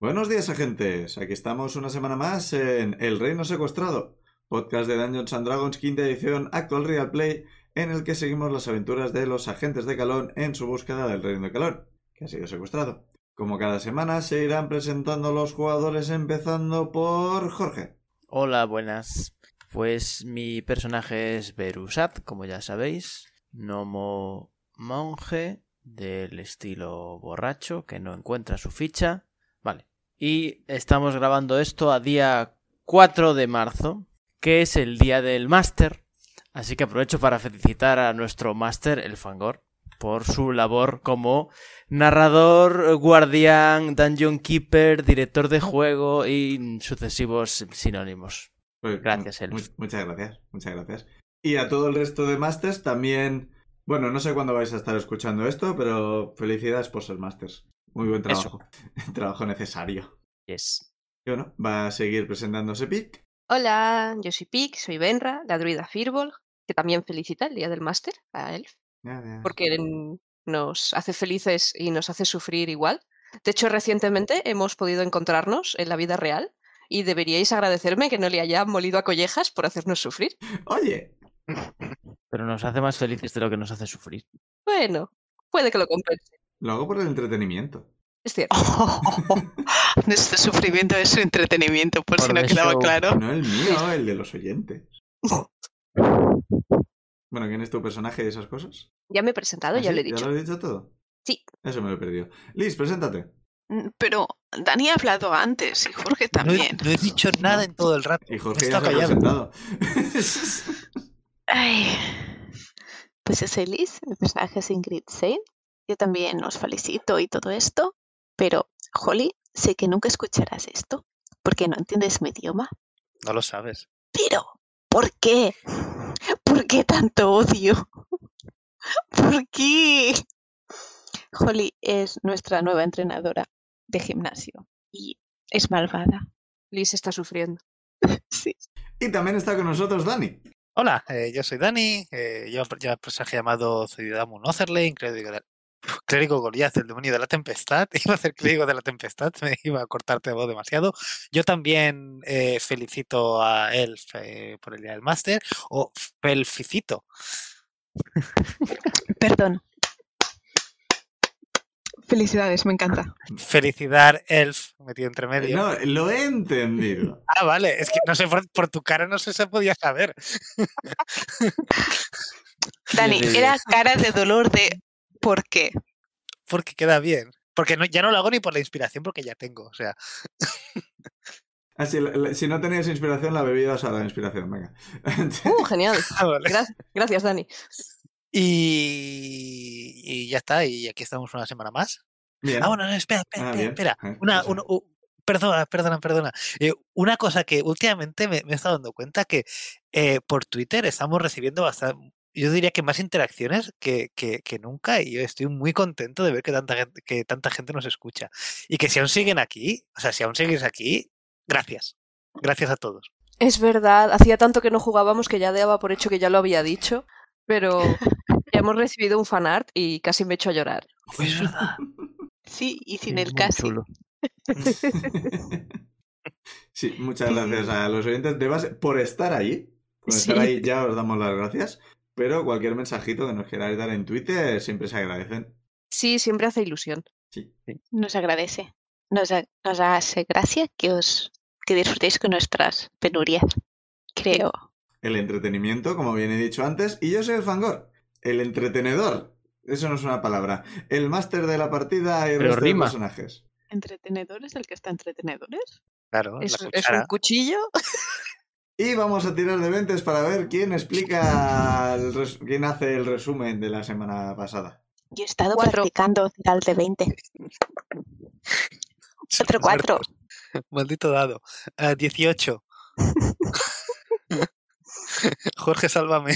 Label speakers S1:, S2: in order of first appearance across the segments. S1: Buenos días, agentes. Aquí estamos una semana más en El Reino Secuestrado, podcast de Dungeons and Dragons, quinta edición, actual Real Play, en el que seguimos las aventuras de los agentes de Calón en su búsqueda del Reino de Calón, que ha sido secuestrado. Como cada semana, se irán presentando los jugadores, empezando por Jorge.
S2: Hola, buenas. Pues mi personaje es Berusat, como ya sabéis, gnomo monje del estilo borracho que no encuentra su ficha. Vale. Y estamos grabando esto a día 4 de marzo, que es el día del máster. Así que aprovecho para felicitar a nuestro máster, el Fangor, por su labor como narrador, guardián, dungeon keeper, director de juego y sucesivos sinónimos.
S1: Pues,
S2: Gracias, Elf.
S1: mu- Muchas gracias, muchas gracias. Y a todo el resto de masters también. Bueno, no sé cuándo vais a estar escuchando esto, pero felicidades por ser masters. Muy buen trabajo. trabajo necesario.
S3: Yes.
S1: Y bueno, va a seguir presentándose Pic.
S4: Hola, yo soy Pic, soy Benra, la druida Firbolg, que también felicita el día del máster a Elf,
S1: Ya, ya.
S4: porque en- nos hace felices y nos hace sufrir igual. De hecho, recientemente hemos podido encontrarnos en la vida real y deberíais agradecerme que no le haya molido a collejas por hacernos sufrir.
S1: Oye,
S2: Pero nos hace más felices de lo que nos hace sufrir.
S4: Bueno, puede que lo compense,
S1: lo hago por el entretenimiento.
S4: es cierto.
S5: Nuestro sufrimiento es su entretenimiento, por, si
S2: Por
S5: no quedaba
S2: eso-
S5: claro.
S1: No el mío, el de los oyentes. Bueno, ¿quién es tu personaje y esas cosas?
S4: Ya me he presentado,
S1: ¿Ah,
S4: ya
S1: sí?
S4: lo he dicho.
S1: ¿Ya lo has dicho todo?
S4: Sí.
S1: Eso me lo he perdido. Liz, preséntate.
S5: Mm, Pero Dani ha hablado antes y Jorge
S3: No he,
S5: también.
S3: no he dicho nada en todo el rato.
S1: Y
S3: Me
S1: Jorge ya
S3: he
S1: se
S3: estado
S1: ha
S3: callado.
S1: presentado.
S5: Ay. Pues yo soy Liz, mi personaje es Ingrid Sein. Yo también os felicito y todo esto, pero Holly, sé que nunca escucharás esto porque no entiendes mi idioma.
S3: No lo sabes.
S5: Pero, ¿por qué? ¿Por qué tanto odio? ¿Por qué? Holly es nuestra nueva entrenadora de gimnasio y es malvada.
S4: Liz está sufriendo.
S5: Sí.
S1: y también está con nosotros Dani.
S3: Hola, eh, yo soy Dani. Eh, yo yo un personaje llamado Zuidamun Otherlane, clérigo, de la- clérigo Goliath, el demonio de la tempestad. Iba a ser clérigo de la tempestad, me iba a cortarte voz demasiado. Yo también eh, felicito a Elf eh, por el día del máster, o felicito.
S5: Perdón. Felicidades, me encanta.
S3: Mm. Felicidar Elf metido entre medio.
S1: No, lo he entendido.
S3: Ah, vale, es que no sé, por, por tu cara no sé se podía saber.
S5: Dani,
S2: Dios.
S5: era cara de dolor de ¿por qué?
S3: porque queda bien. Porque no, ya no lo hago ni por la inspiración, porque ya tengo. O sea,
S1: Ah, si, la- la- si no tenías inspiración, la bebida os ha dado inspiración. Venga.
S4: ¡Uh, genial!
S3: ah, vale.
S4: Gra- gracias, Dani.
S3: y, y ya está. Y aquí estamos una semana más.
S1: Bien.
S3: Ah, bueno, no, espera, espera,
S1: Ah,
S3: espera.
S1: bien.
S3: espera.
S1: Ah,
S3: Una,
S1: pues,
S3: un- u- perdona, perdona, perdona. Eh, una cosa que últimamente me, me he estado dando cuenta que eh, por Twitter estamos recibiendo bastante. Yo diría que más interacciones que, que- que nunca y yo estoy muy contento de ver que tanta, gente, que tanta gente nos escucha. Y que si aún siguen aquí, o sea, si aún seguís aquí, gracias. Gracias a todos.
S4: Es verdad, hacía tanto que no jugábamos que ya daba por hecho que ya lo había dicho, pero ya hemos recibido un fanart y casi me echo a llorar.
S3: Pues verdad.
S5: Sí, y sin
S2: Sí,
S5: el
S2: muy
S5: casi.
S2: chulo.
S1: Sí, muchas
S5: Sí.
S1: gracias a los oyentes de base por estar ahí. Por estar
S5: Sí.
S1: ahí ya os damos las gracias. Pero cualquier mensajito que nos queráis dar en Twitter siempre se agradecen.
S4: Sí, siempre hace ilusión.
S1: Sí.
S5: Nos agradece. Nos, ha- nos hace gracia que os que disfrutéis con nuestras penurias. Creo.
S1: El entretenimiento, como bien he dicho antes, y yo soy el Fangor, el entretenedor. Eso no es una palabra. El máster de la partida y el
S2: Pero
S1: resto de
S2: rima.
S1: personajes.
S5: ¿Entretenedores el que está entretenedores?
S3: Claro,
S4: Es,
S3: la
S4: es un
S3: cuchara.
S4: cuchillo.
S1: Y vamos a tirar de ventes para ver quién explica, el res- quién hace el resumen de la semana pasada.
S5: Yo he estado
S4: Cuatro.
S5: practicando tirar de 20. Otro
S3: Suerte,
S5: cuatro.
S3: Maldito dado. Ah, 18. Jorge, sálvame.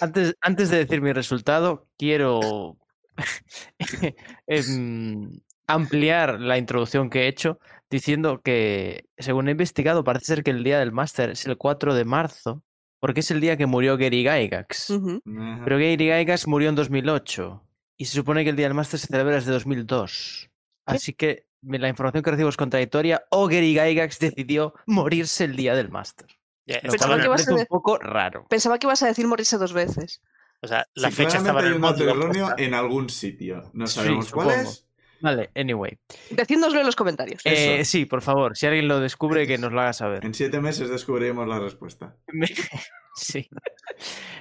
S2: Antes, antes de decir mi resultado, quiero em, ampliar la introducción que he hecho diciendo que, según he investigado, parece ser que el día del máster es el 4 de marzo, porque es el día que murió Gary Gygax.
S4: Ujú.
S1: Ajá.
S2: Pero Gary Gygax murió en 2008 y se supone que el día del máster se celebra desde 2002. Así que la información que recibo es contradictoria o Gary Gygax decidió morirse el día del máster.
S3: Ya,
S2: Lo
S4: Pensaba
S2: cual
S3: estaban-
S4: que
S2: me
S4: ibas a
S2: parece un
S4: de-
S2: poco raro.
S4: Pensaba que ibas a decir morirse dos veces.
S3: O sea, la
S1: Sí,
S3: fecha
S1: claramente
S3: estaba en
S1: hay
S3: el
S1: un
S3: módulo
S1: dato erróneo
S3: puesta.
S1: en algún sitio. No
S2: Sí,
S1: sabemos cuál
S2: supongo.
S1: es.
S2: Vale, anyway.
S4: Decídnoslo en los comentarios.
S2: Eh,
S1: Eso.
S2: sí, por favor, si alguien lo descubre, que nos lo haga saber.
S1: En siete meses descubriremos la respuesta.
S2: Me- Sí.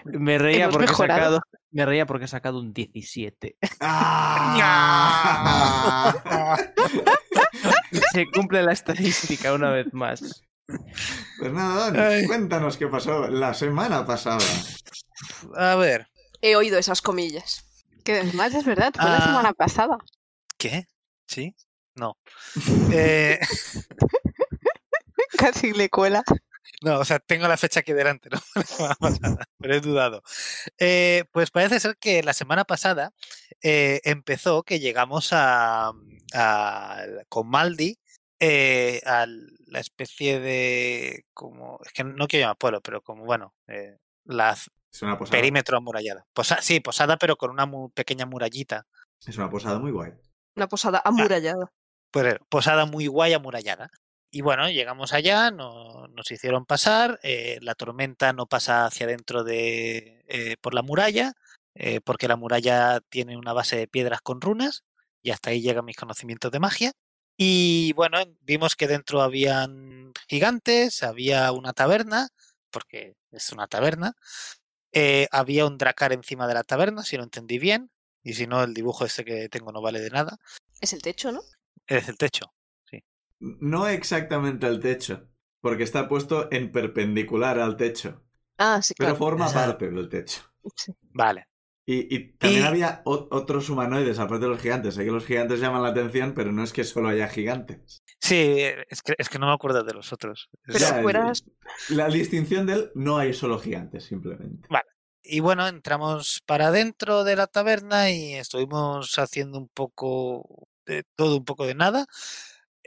S2: Me reía,
S4: Hemos
S2: porque he
S4: mejorado.
S2: sacado, me reía porque he sacado un 17.
S1: ¡Ah!
S2: Se cumple la estadística una vez más.
S1: pues nada, Dani,
S3: Ay.
S1: cuéntanos qué pasó la semana pasada.
S3: eh, A ver,
S4: He oído esas comillas.
S6: Que además es verdad, fue la
S3: Ah.
S6: semana pasada.
S3: ¿qué? ¿Sí? No. Eh,
S6: Casi le cuela.
S3: no, o sea, tengo la fecha aquí delante, ¿no? La semana pasada, Pero he dudado. Eh, pues parece ser que la semana pasada eh, empezó que llegamos a, al- con Maldi eh, a la especie de como es que no quiero llamar pueblo, pero como bueno, eh, la z-
S1: Es una posada.
S3: perímetro amurallada. Posa- sí, posada, pero con una mu- pequeña murallita
S1: Es una posada muy guay.
S4: Una posada amurallada.
S3: pues, eh, posada muy guay amurallada. Y bueno, llegamos allá, no- nos hicieron pasar, eh, la tormenta no pasa hacia adentro de, eh, por la muralla, eh, porque la muralla tiene una base de piedras con runas, y hasta ahí llegan mis conocimientos de magia. Y bueno, vimos que dentro habían gigantes, había una taberna, porque es una taberna, eh, había un dracar encima de la taberna, si lo entendí bien, y si no, el dibujo este que tengo no vale de nada,
S4: Es el techo, ¿no?
S3: es el techo.
S1: No exactamente al techo, porque está puesto en perpendicular al techo,
S4: Ah, sí,
S1: pero
S4: claro.
S1: forma
S3: Exacto.
S1: parte del techo.
S3: Vale.
S1: Y, y también
S3: Y-
S1: había o- otros humanoides, aparte de los gigantes. Sé que los gigantes llaman la atención, pero no es que solo haya gigantes.
S3: Sí, eh, es que, es que no me acuerdo de los otros. Es-
S4: Pero
S1: el-
S4: fueras-
S1: La distinción del no hay solo gigantes, simplemente.
S3: Y bueno, entramos para adentro de la taberna y estuvimos haciendo un poco de todo, un poco de nada.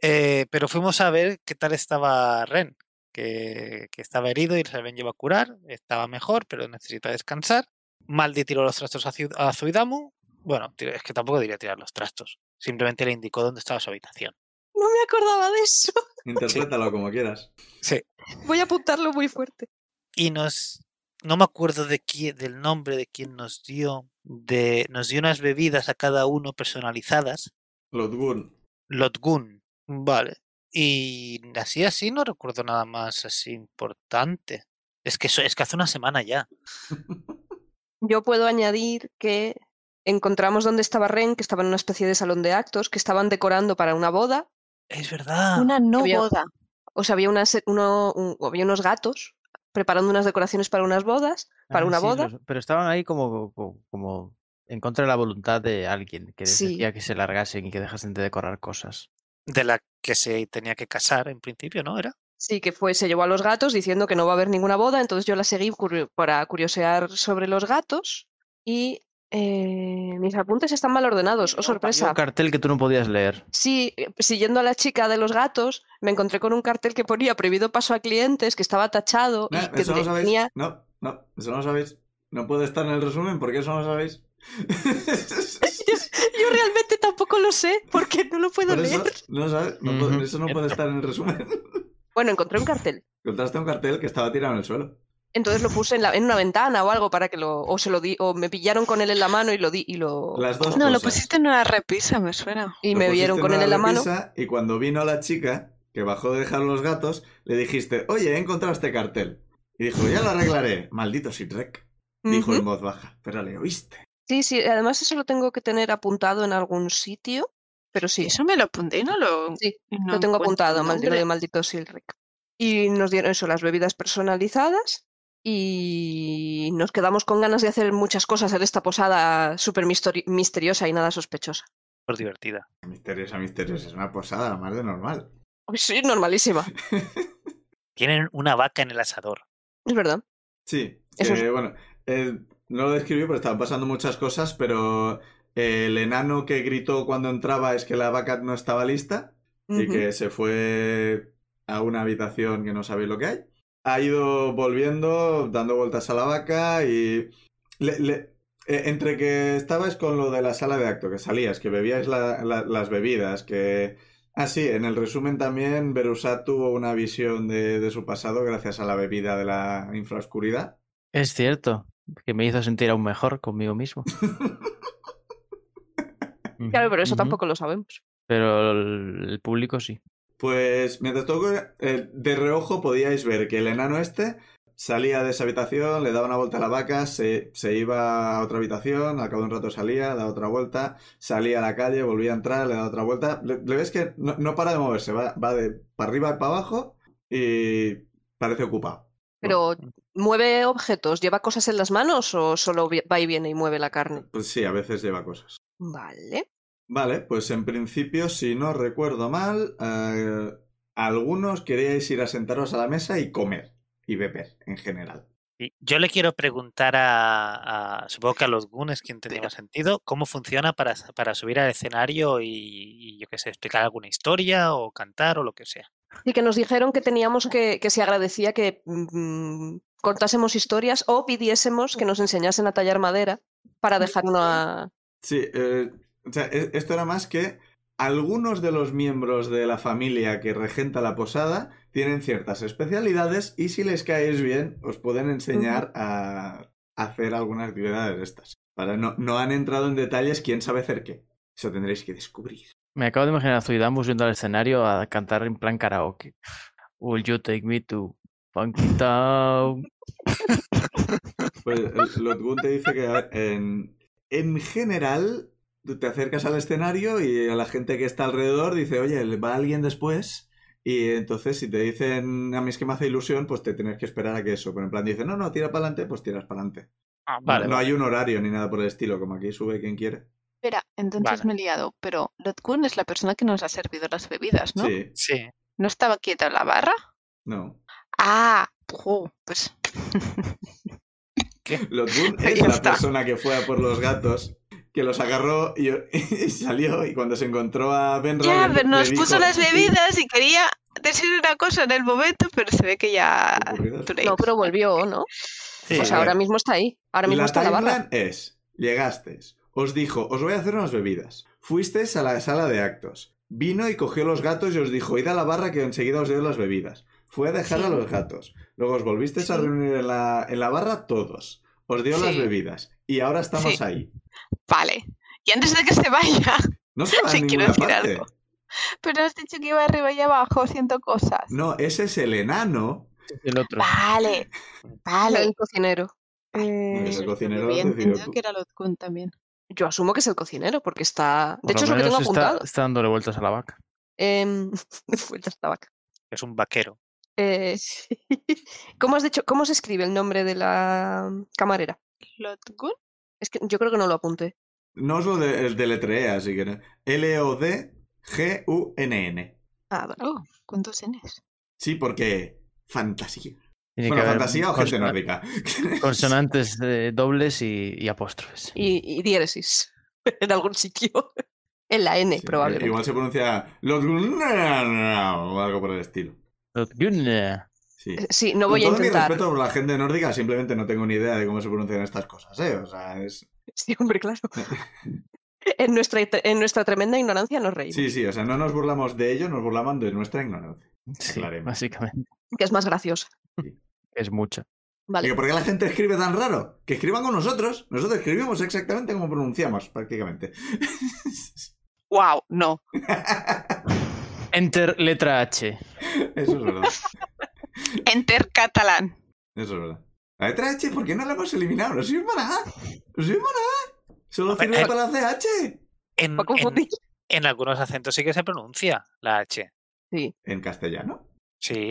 S3: eh, pero fuimos a ver qué tal estaba Ren, que, que estaba herido y se habían llevado a curar. Estaba mejor, pero necesita descansar. Maldi tiró los trastos a, Ciu- a Zuidamu. Bueno, tira- es que tampoco diría tirar los trastos. Simplemente le indicó dónde estaba su habitación.
S4: No me acordaba de eso.
S1: Interprétalo como quieras.
S3: Sí.
S4: Voy a apuntarlo muy fuerte.
S3: y nos no me acuerdo de quién del nombre de quién nos dio de nos dio unas bebidas a cada uno personalizadas
S1: Lodgun.
S3: Lotgun vale y así así no recuerdo nada más así importante es que eso- es que hace una semana ya
S4: Yo puedo añadir que encontramos donde estaba Ren, que estaba en una especie de salón de actos, que estaban decorando para una boda.
S3: es
S4: Ah,
S3: verdad
S6: Una no
S4: había-
S6: boda.
S4: O sea, había, una se- uno- un- había unos gatos preparando unas decoraciones para unas bodas, para
S2: Ah,
S4: una
S2: sí,
S4: boda.
S2: los- pero estaban ahí como, como, como en contra de la voluntad de alguien que les
S4: Sí.
S2: decía que se largasen y que dejasen de decorar cosas.
S3: de la que se tenía que casar en principio no era
S4: Sí, que fue, se llevó a los gatos diciendo que no va a haber ninguna boda, entonces yo la seguí curio- para curiosear sobre los gatos y eh, mis apuntes están mal ordenados, oh
S2: Había
S4: sorpresa.
S2: un cartel que tú no podías leer.
S4: Sí, eh, siguiendo a la chica de los gatos, me encontré con un cartel que ponía prohibido paso a clientes, que estaba tachado
S2: Ah,
S1: Nah,
S4: y que
S2: pues
S1: eso no
S4: te-
S1: lo sabéis.
S4: tenía...
S1: No, no, eso no lo sabéis. No puede estar en el resumen porque eso no lo sabéis.
S4: Yo realmente tampoco lo sé porque no lo puedo
S1: Por eso,
S4: leer.
S1: no lo sabes, no puede-
S2: Ujú.
S1: eso no puede estar en el resumen.
S4: Bueno, encontré un cartel.
S1: Encontraste un cartel que estaba tirado en el suelo.
S4: Entonces lo puse en, la- en una ventana o algo para que lo o se lo di o me pillaron con él en la mano y lo di y lo
S1: Las dos
S6: No,
S1: cosas.
S6: lo pusiste en una repisa, me suena.
S4: y
S1: Lo
S4: me
S1: pusiste
S4: vieron con él
S1: una
S4: en la mano.
S1: repisa Y cuando vino la chica, que bajó de dejar los gatos, le dijiste, oye, he encontrado este cartel. Y dijo, ya lo arreglaré. Maldito Sitrek. Dijo
S4: Ujú.
S1: en voz baja. Pero le oíste.
S4: Sí, sí, además eso lo tengo que tener apuntado en algún sitio, pero sí,
S6: Eso me lo apunté y no lo.
S4: Sí, pues,
S6: y no
S4: lo tengo
S6: encuentro
S4: apuntado,
S6: el
S4: maldito
S6: nombre.
S4: de maldito Silric. Y nos dieron eso, las bebidas personalizadas y nos quedamos con ganas de hacer muchas cosas en esta posada súper mistori- misteriosa y nada sospechosa.
S3: por divertida
S1: Misteriosa, misteriosa. Es una posada, más de normal.
S4: Ay, Sí, normalísima,
S3: tienen una vaca en el asador
S4: es verdad.
S1: Sí,
S4: Eso
S1: que, bueno, eh, no lo describí porque estaban pasando muchas cosas, pero eh, el enano que gritó cuando entraba es que la vaca no estaba lista y
S4: Ujú.
S1: que se fue a una habitación que no sabéis lo que hay. Ha ido volviendo, dando vueltas a la vaca y... le- le- eh, entre que estabais con lo de la sala de acto, que salías, que bebíais la- la- las bebidas, que Ah, sí, en el resumen también Berusat tuvo una visión de, de su pasado gracias a la bebida de la infraoscuridad.
S2: Es cierto, que me hizo sentir aún mejor conmigo mismo. Ujú,
S4: Claro, pero eso
S2: ujú.
S4: tampoco lo sabemos.
S2: Pero el, el público sí.
S1: Pues mientras todo ocurre, eh, de reojo podíais ver que el enano este salía de esa habitación, le daba una vuelta a la vaca, se, se iba a otra habitación, al cabo de un rato salía, daba otra vuelta, salía a la calle, volvía a entrar, le daba otra vuelta. Le, le ves que no, no para de moverse, va, va de para arriba y para abajo y parece ocupado.
S4: Pero mueve objetos, lleva cosas en las manos o solo vi- va y viene y mueve la carne.
S1: Pues sí, a veces lleva cosas.
S4: Vale.
S1: Vale, pues en principio, si no recuerdo mal, eh, algunos queríais ir a sentaros a la mesa y comer y beber en general.
S3: Y Yo le quiero preguntar a, a- supongo que a los gunes, quien tendría más sentido, cómo funciona para, s- para subir al escenario y, y, yo qué sé, explicar alguna historia o cantar o lo que sea.
S4: Y que nos dijeron que teníamos que, que se agradecía que mm, contásemos historias o pidiésemos que nos enseñasen a tallar madera para dejar una...
S1: Sí, eh, o sea, e- esto era más que algunos de los miembros de la familia que regenta la posada tienen ciertas especialidades y si les caéis bien os pueden enseñar a hacer algunas actividades de estas. Para no, no han entrado en detalles quién sabe hacer qué. Eso tendréis que descubrir.
S2: Me acabo de imaginar a Zuidamu subiendo al escenario a cantar en plan karaoke. Will you take me to Funky Town?
S1: Pues el- Lotgun te dice que a ver, en, en general tú te acercas al escenario y a la gente que está alrededor dice, oye, va alguien después. Y entonces si te dicen, a mí es que me hace ilusión, pues te tienes que esperar a que eso. Pero en plan dicen, no, no, tira para adelante, pues tiras para adelante.
S3: Ah, vale.
S1: no
S3: vale.
S1: hay un horario ni nada por el estilo, como aquí sube quien quiere.
S6: Espera, entonces
S3: Vale.
S6: me he liado, pero Lotgun es la persona que nos ha servido las bebidas, ¿no?
S1: Sí,
S3: Sí.
S6: ¿No estaba quieta en la barra?
S1: no.
S6: Ah, jo, pues
S1: Lotgun
S6: Ya
S1: es la
S6: está.
S1: persona que fue a por los gatos, que los agarró y, y salió. Y cuando se encontró a Ben
S6: Ya,
S1: Ryan,
S6: pero
S1: le
S6: nos
S1: dijo,
S6: puso las
S1: "Y-
S6: bebidas y quería decir una cosa en el momento, pero se ve que ya...
S1: Ocurridas.
S6: too late.
S4: No, pero volvió, ¿no?
S3: Sí. eh,
S4: pues
S1: a ver.
S4: ahora mismo está ahí. Ahora mismo
S1: la
S4: está a la barra.
S1: timeline es, llegasteis, os dijo, os voy a hacer unas bebidas. Fuisteis a la sala de actos. Vino y cogió los gatos y os dijo, id a la barra que enseguida os doy las bebidas. Fue a dejar a
S6: Sí.
S1: los gatos. Luego os volvisteis a
S6: Sí.
S1: reunir en la, en la barra todos. Os dio las
S6: Sí.
S1: bebidas. Y ahora estamos
S6: Sí.
S1: ahí.
S6: Vale. Y antes de que se vaya,
S1: No se va a
S6: Sí, quiero
S1: ninguna
S6: decir
S1: parte.
S6: algo. pero has dicho que iba arriba y abajo haciendo cosas.
S1: No, ese es el enano.
S2: El otro.
S6: Vale,
S4: El
S6: vale.
S4: cocinero.
S6: Eh,
S1: es el
S6: lo
S1: cocinero,
S6: había
S1: decidió
S6: entendido
S1: tú.
S6: que era Lotgun también.
S4: Yo asumo que es el cocinero, porque está.
S2: Por
S4: De hecho, es lo que
S2: menos
S4: tengo
S2: está-
S4: apuntado.
S2: está dándole vueltas a la vaca.
S4: Em, vueltas a la vaca.
S3: Es un vaquero.
S4: Eh, ¿Cómo has dicho? ¿Cómo se escribe el nombre de la mm, camarera?
S6: ¿Lotgun?
S4: Es que yo creo que no lo apunté.
S1: No os lo de- deletrea, si queréis. L-O-D-G-U-N-N.
S4: Ah, vale.
S6: Oh, con dos Ns.
S1: Sí, porque fantasía.
S2: Tiene
S1: bueno,
S2: que haber
S1: fantasía o gente
S2: consona-
S1: nórdica.
S2: Consonantes eh, dobles y, y apóstrofes.
S4: Y, y diéresis. En algún sitio. En la N,
S1: Sí,
S4: probablemente.
S1: Igual se pronuncia los o algo por el estilo.
S2: Lotgunna.
S1: Sí.
S4: Eh, Sí, no voy a
S1: Con todo mi
S4: intentar.
S1: respeto por la gente nórdica, simplemente no tengo ni idea de cómo se pronuncian estas cosas, ¿eh? O sea, es...
S4: Sí, hombre, claro. En nuestra, en nuestra tremenda ignorancia nos reímos.
S1: Sí, sí, o sea, no nos burlamos de ello, nos burlamos de nuestra ignorancia.
S2: Sí,
S1: Aclaremos.
S2: básicamente.
S4: Que es más graciosa.
S2: Es mucho.
S1: Porque
S4: Vale.
S1: ¿por qué la gente escribe tan raro? Que escriban con nosotros. Nosotros escribimos exactamente como pronunciamos, prácticamente.
S6: Wow, no.
S2: Enter letra H.
S1: Eso es verdad.
S6: Enter catalán.
S1: Eso es verdad. La letra H, ¿por qué no la hemos eliminado? ¡No sirve para nada! ¡No sirve para nada! ¡Solo
S3: A ver,
S1: sirve
S3: eh.
S1: para la CH!
S3: En,
S4: Para
S3: en,
S4: confundir.
S3: en algunos acentos sí que se pronuncia la H.
S1: En castellano.
S3: Sí.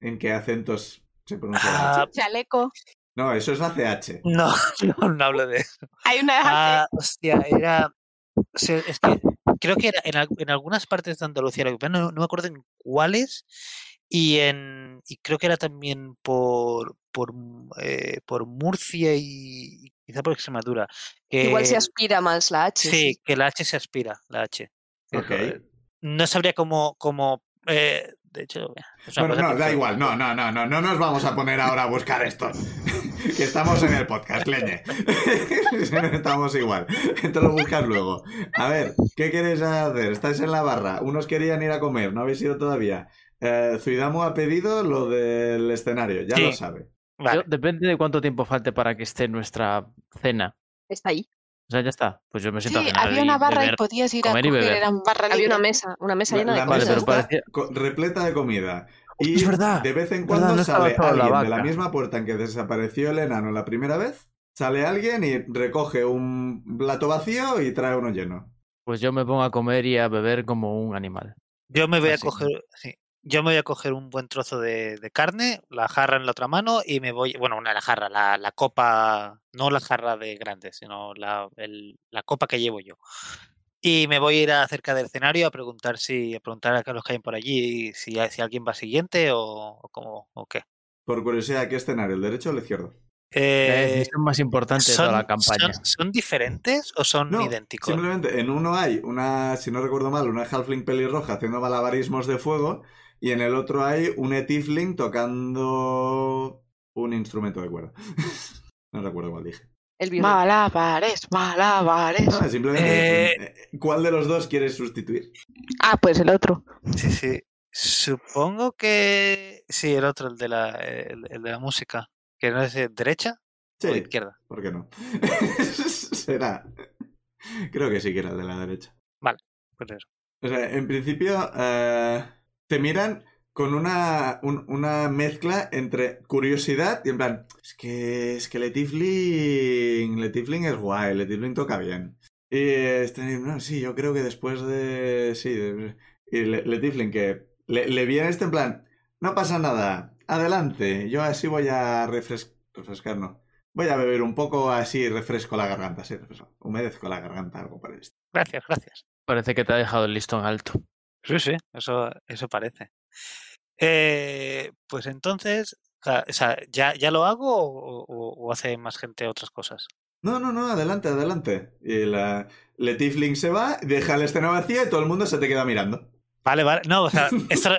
S1: ¿En qué acentos se pronuncia la H?
S3: Ah,
S6: Chaleco.
S1: No, eso es la CH.
S3: no, no, no hablo de
S6: Hay una...
S3: Ah, hostia, era. o sea, es que creo que era en, al- en algunas partes de Andalucía, lo que pasa no, no me acuerdo en cuáles, y en y creo que era también por por, M- eh, por Murcia y, y quizá por Extremadura.
S4: Igual se
S3: que-
S4: aspira más la H.
S3: Sí,
S4: sí.
S3: que la H se aspira, la H. que
S1: Ok.
S3: joder, No sabría cómo, cómo eh, De hecho, es una
S1: Bueno,
S3: cosa
S1: no,
S3: que
S1: da
S3: fue-
S1: igual, no, no, no, no, no nos vamos a poner ahora a buscar esto. que estamos en el podcast, leñe. estamos igual. Te lo buscas luego. A ver, ¿qué queréis hacer? Estáis en la barra. Unos querían ir a comer, no habéis ido todavía. Eh, Zuidamo ha pedido lo del escenario, ya
S3: Sí.
S1: lo sabe.
S3: Vale.
S2: Yo- depende de cuánto tiempo falte para que esté nuestra cena.
S4: Está ahí.
S2: O sea, ya está. Pues yo me
S6: Sí,
S2: siento a cenar
S6: había
S2: y
S6: una barra
S2: beber.
S6: y podías ir a
S2: comer y
S6: coger,
S2: beber.
S6: era un barra
S4: Había una
S6: libre.
S4: mesa, una mesa llena
S1: La,
S4: de
S1: la
S2: Vale,
S4: cosas.
S1: mesa
S2: pero
S1: está
S2: parecía-
S1: co- repleta de comida. Y
S2: Es verdad.
S1: de vez en
S2: verdad,
S1: cuando
S2: no estaba
S1: sale
S2: solo la
S1: alguien de la
S2: vaca.
S1: misma puerta en que desapareció el enano la primera vez. Sale alguien y recoge un plato vacío y trae uno lleno.
S2: Pues yo me pongo a comer y a beber como un animal.
S3: Yo me voy a
S2: Así que-
S3: coger, sí, yo me voy a coger un buen trozo de, de carne, la jarra en la otra mano y me voy, bueno, una la jarra, la, la copa, no la jarra de grande, sino la, el- la copa que llevo yo. Y me voy a ir acerca del escenario a preguntar si, a preguntar a los que hay por allí si, hay- si alguien va siguiente o, o cómo, o qué.
S1: Por curiosidad, ¿qué escenario? ¿El derecho o el izquierdo?
S2: La
S3: Eh,
S2: decisión más importante de toda la campaña.
S3: son- son diferentes o son idénticos?
S1: Simplemente en uno hay una, si no recuerdo mal, una halfling pelirroja haciendo malabarismos de fuego y en el otro hay un etifling tocando un instrumento de cuerda. no recuerdo cuál dije.
S4: El violín.
S6: Malabares, malabares.
S1: No, simplemente
S3: Eh.
S1: eh, ¿cuál de los dos quieres sustituir?
S6: Ah, pues el otro.
S3: Sí, sí. Supongo que sí, el otro, el de la, el, el de la música, que no es eh, derecha o
S1: Sí,
S3: izquierda.
S1: ¿por qué no? Será. Creo que sí que era el de la derecha.
S3: Pues eso.
S1: O sea, en principio eh, te miran con una, un- una mezcla entre curiosidad y en plan, es que, es que Letifling, Letifling es guay, Letifling toca bien. Y eh, están ahí, no, sí, yo creo que después de... Sí, de- y Le- Letifling que le, le viene este en plan, no pasa nada, adelante, yo así voy a refres- refrescar, no. Voy a beber un poco, así refresco la garganta, sí, refresco, humedezco la garganta, algo por el estilo.
S3: Gracias, gracias.
S2: Parece que te ha dejado el listón alto.
S3: Sí, sí, eso, eso parece. Eh, pues entonces, ja- o sea, ¿ya, ya lo hago o, o- o hace más gente otras cosas?
S1: No, no, no, adelante, adelante. Y la Letifling se va, deja la escena vacía y todo el mundo se te queda mirando.
S3: Vale, vale. No, o sea, esto, lo-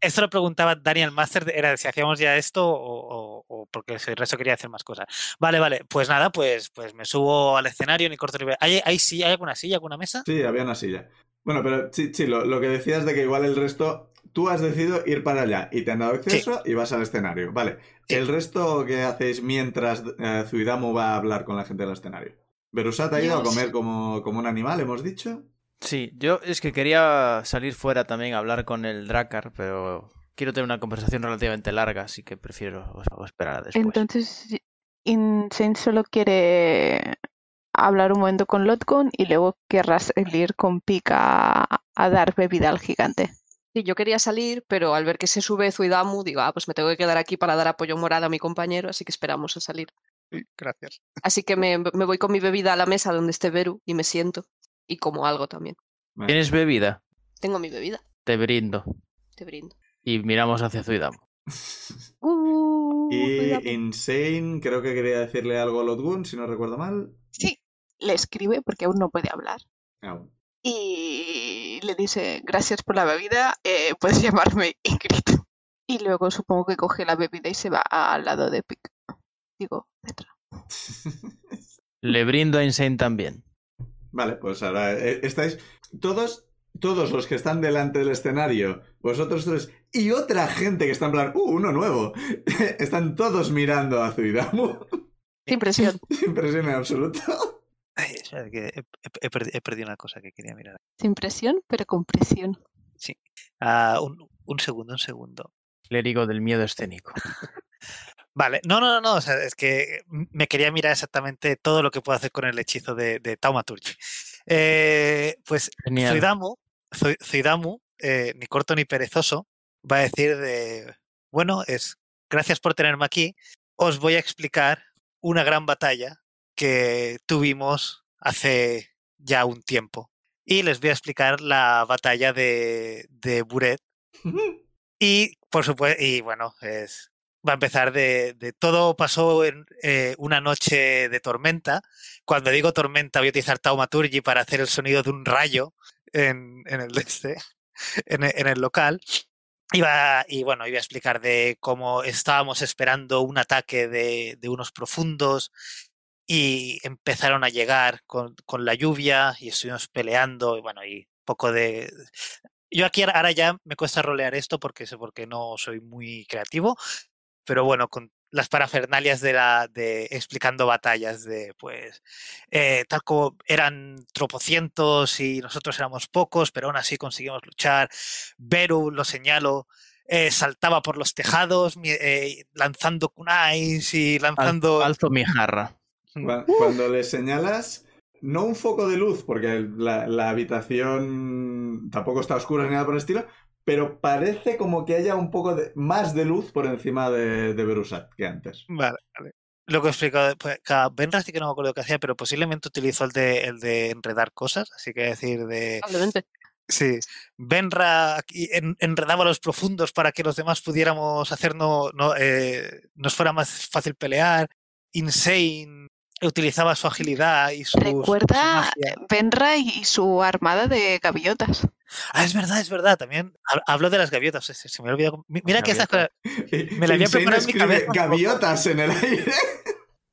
S3: esto lo preguntaba Daniel Master, de- era de si hacíamos ya esto o, o- o porque el resto quería hacer más cosas. Vale, vale. Pues nada, pues, pues me subo al escenario, ni corto ni... ve- ¿Hay, hay, sí, ¿Hay alguna silla, alguna mesa?
S1: Sí, había una silla. Bueno, pero sí, sí, lo, lo que decías de que igual el resto, tú has decidido ir para allá y te han dado acceso y vas al escenario. Vale,
S3: Sí.
S1: el resto que hacéis mientras eh, Zuidamu va a hablar con la gente del escenario. Berusat ha ido a
S6: Dios.
S1: comer como, como un animal, hemos dicho.
S2: Sí, yo es que quería salir fuera también a hablar con el Drakkar, pero quiero tener una conversación relativamente larga, así que prefiero o sea, o esperar a después.
S6: Entonces, Insane solo quiere hablar un momento con Lotgun y luego querrá salir con Pika a, a dar bebida al gigante.
S4: Sí, yo quería salir, pero al ver que se sube Zuidamu, digo, ah, pues me tengo que quedar aquí para dar apoyo moral a mi compañero, así que esperamos a salir.
S3: Gracias.
S4: Así que me, me voy con mi bebida a la mesa donde esté Beru y me siento. Y como algo también.
S2: ¿Tienes bebida?
S4: Tengo mi bebida,
S2: Te brindo.
S4: te brindo.
S2: Y miramos hacia Zuidam.
S5: Uh,
S6: Uh,
S1: Y
S4: Zuidamu.
S1: Insane, creo que quería decirle algo a Lodgun, si no recuerdo mal.
S6: Sí, le escribe porque aún no puede hablar.
S1: Au.
S6: Y le dice, gracias por la bebida, eh, puedes llamarme Ingrid. Y luego supongo que coge la bebida y se va al lado de Pika. Digo, Petra.
S2: Le
S1: Mm.
S2: brindo a Insane también.
S1: Vale, pues ahora eh, estáis todos, todos los que están delante del escenario, vosotros tres y otra gente que está en plan, ¡uh, uno nuevo! están todos mirando a Zuidamu.
S6: Sin presión,
S1: Impresión en absoluto.
S3: que he, he- he perdi- he perdido una cosa que quería mirar.
S6: sin presión, pero con presión.
S3: Ah, un, un segundo, un segundo.
S2: Clérigo del miedo escénico.
S3: Vale, no, no, no, no, o sea, es que m- me quería mirar exactamente todo lo que puedo hacer con el hechizo de, de Taumaturgy. Eh, pues
S2: Genial.
S3: Zuidamu, Zui- Zuidamu, eh, ni corto ni perezoso, va a decir de, bueno, es gracias por tenerme aquí, os voy a explicar una gran batalla que tuvimos hace ya un tiempo. Y les voy a explicar la batalla de, de Buret. Y, por supuesto, y bueno, es, va a empezar de, de todo pasó en eh, una noche de tormenta. Cuando digo tormenta, voy a utilizar Taumaturgy para hacer el sonido de un rayo en, en el, de este, en, e- en el local. Iba, y bueno, iba a explicar de cómo estábamos esperando un ataque de, de unos profundos y empezaron a llegar con, con la lluvia y estuvimos peleando y bueno, y poco de... Yo aquí ahora- ahora ya me cuesta rolear esto porque, porque no soy muy creativo, pero bueno, con las parafernalias de la de explicando batallas de pues eh, tal como eran tropocientos y nosotros éramos pocos, pero aún así conseguimos luchar. Beru, lo señalo, eh, saltaba por los tejados mi- eh, lanzando kunais y lanzando...
S2: Alzo mi jarra.
S1: Cua-
S3: Uh.
S1: Cuando le señalas, no un foco de luz, porque el- la, la habitación tampoco está oscura ni nada por el estilo, pero parece como que haya un poco de, más de luz por encima de, de Berusat que antes.
S3: Vale, vale. Lo que he explicado, pues, cada Benra sí que no me acuerdo qué hacía, pero posiblemente utilizó el de, el de enredar cosas, así que decir de...
S4: Probablemente.
S3: Sí, Benra aquí en- enredaba a los profundos para que los demás pudiéramos hacernos, no, eh, nos fuera más fácil pelear. Insane utilizaba su agilidad y su...
S6: Recuerda Benra Eh, y y su armada de gaviotas.
S3: Ah, es verdad, es verdad, también hab- hablo de las gaviotas, se, se- se me ha olvidado. Mi- Mira que estas cosas...
S2: Gaviota.
S1: Y-
S3: Me la había
S1: Insane
S3: preparado en mi
S1: escribe
S3: cabeza.
S1: Gaviotas en el aire.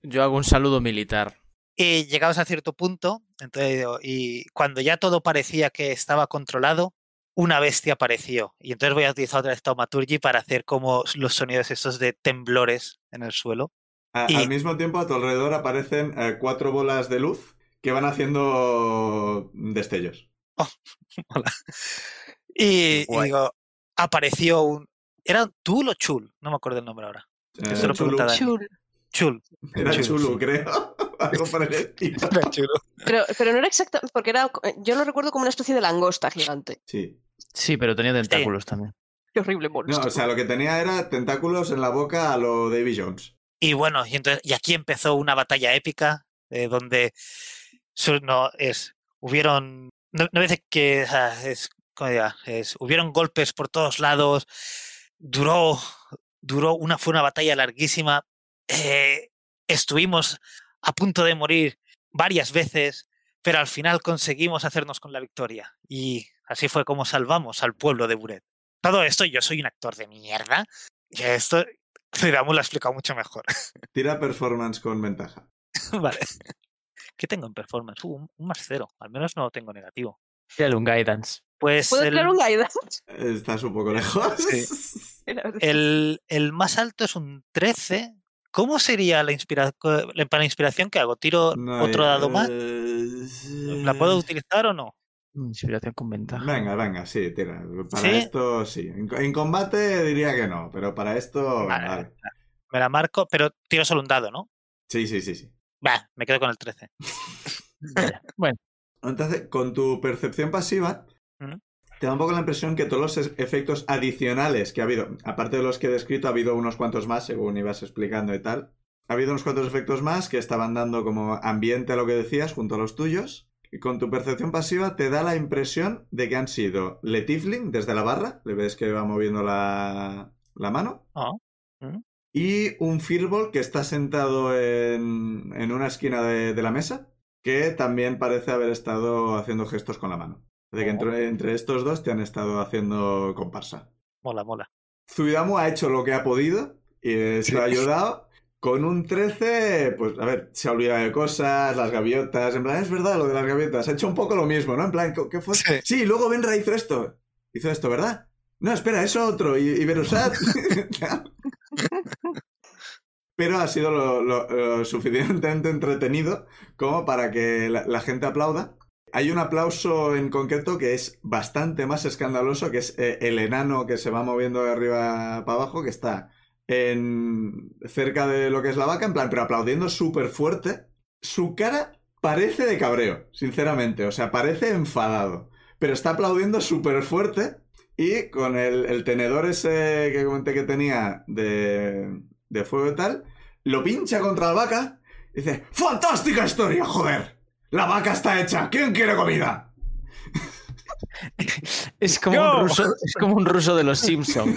S2: Yo hago un saludo militar.
S3: Y llegados a cierto punto, entonces, digo, y cuando ya todo parecía que estaba controlado, una bestia apareció. Y entonces voy a utilizar otra vez Taumaturgy para hacer como los sonidos esos de temblores en el suelo.
S1: A-
S3: Y-
S1: Al mismo tiempo, a tu alrededor aparecen eh, cuatro bolas de luz que van haciendo destellos.
S3: Y, y
S2: Guay.
S3: digo, apareció un. ¿Era Tul o Chul? No me acuerdo el nombre ahora.
S1: Eh,
S3: Eso lo
S1: Chulu-
S3: preguntaba. Dani.
S6: Chul.
S3: Chul.
S1: era
S3: Chulu,
S1: Chulu,
S3: sí.
S1: creo. Algo por el estilo.
S3: Era Chul.
S4: Pero, pero no era exactamente, porque era, eh, yo lo recuerdo como una especie de langosta gigante.
S1: Sí.
S2: Sí, pero tenía tentáculos también.
S4: Qué horrible
S1: No,
S4: monstruo.
S1: o sea, lo que tenía era tentáculos en la boca a lo Davy Jones.
S3: Y bueno, y, entonces, y aquí empezó una batalla épica eh, donde su- no es hubieron no, no dice que ah, es, ¿cómo diga? Es, hubieron golpes por todos lados duró duró una fue una batalla larguísima eh, estuvimos a punto de morir varias veces pero al final conseguimos hacernos con la victoria y así fue como salvamos al pueblo de Buret todo esto yo soy un actor de mierda y esto Cidamu lo ha explicado mucho mejor
S1: Tira performance con ventaja.
S3: Vale. ¿Qué tengo en performance? Uh, un, un más cero. Al menos no tengo negativo.
S2: Tírale un guidance.
S3: Pues
S4: ¿Puedo
S3: el,
S4: crear un guide?
S1: Estás un poco lejos.
S6: Eh,
S3: el- el más alto es un 13. ¿Cómo sería la inspiración? Para la inspiración que hago, ¿tiro
S1: No,
S3: otro
S1: eh,
S3: dado más?
S1: eh,
S3: ¿La puedo utilizar o no?
S2: Mm, Inspiración con ventaja.
S1: Venga, venga, sí, tira. Para
S3: ¿Sí?
S1: esto sí. En, en combate diría que no, pero para esto.
S3: Vale.
S1: vale.
S3: Me la marco, pero tiro solo un dado, ¿no?
S1: Sí, sí, sí, sí.
S3: Va, me quedo con el 13.
S2: Vale. Bueno,
S1: Entonces, con tu percepción pasiva,
S3: Ujú.
S1: te da un poco la impresión que todos los es- efectos adicionales que ha habido, aparte de los que he descrito, ha habido unos cuantos más, según ibas explicando y tal. Ha habido unos cuantos efectos más que estaban dando como ambiente a lo que decías junto a los tuyos. Y con tu percepción pasiva te da la impresión de que han sido Letifling desde la barra, le ves que va moviendo la, la mano.
S3: Ah, ujú.
S1: Y un Firbol que está sentado en, en una esquina de- de la mesa que también parece haber estado haciendo gestos con la mano. De que entre, entre estos dos te han estado haciendo comparsa.
S3: Mola, mola.
S1: Zuidamu ha hecho lo que ha podido y eh, se lo ha ayudado. Con un 13, pues a ver, se ha olvidado de cosas, las gaviotas, en plan, es verdad lo de las gaviotas, ha hecho un poco lo mismo, ¿no? En plan, ¿qué qué fue?
S3: Sí.
S1: Sí, luego Benra hizo esto. Hizo esto, ¿verdad? No, espera, eso otro. Y, y Berusat. Pero ha sido lo, lo- lo suficientemente entretenido como para que la, la gente aplauda. Hay un aplauso en concreto que es bastante más escandaloso, que es eh, el enano que se va moviendo de arriba para abajo, que está en, cerca de lo que es la vaca, en plan, pero aplaudiendo súper fuerte. Su cara parece de cabreo, sinceramente. O sea, parece enfadado pero está aplaudiendo súper fuerte y con el, el tenedor ese que comenté que tenía de, de fuego y tal, lo pincha contra la vaca y dice, ¡Fantástica historia, joder! La vaca está hecha, ¿quién quiere comida?
S2: es, como
S3: ¡Yo!
S2: un ruso, es como un ruso de los Simpson.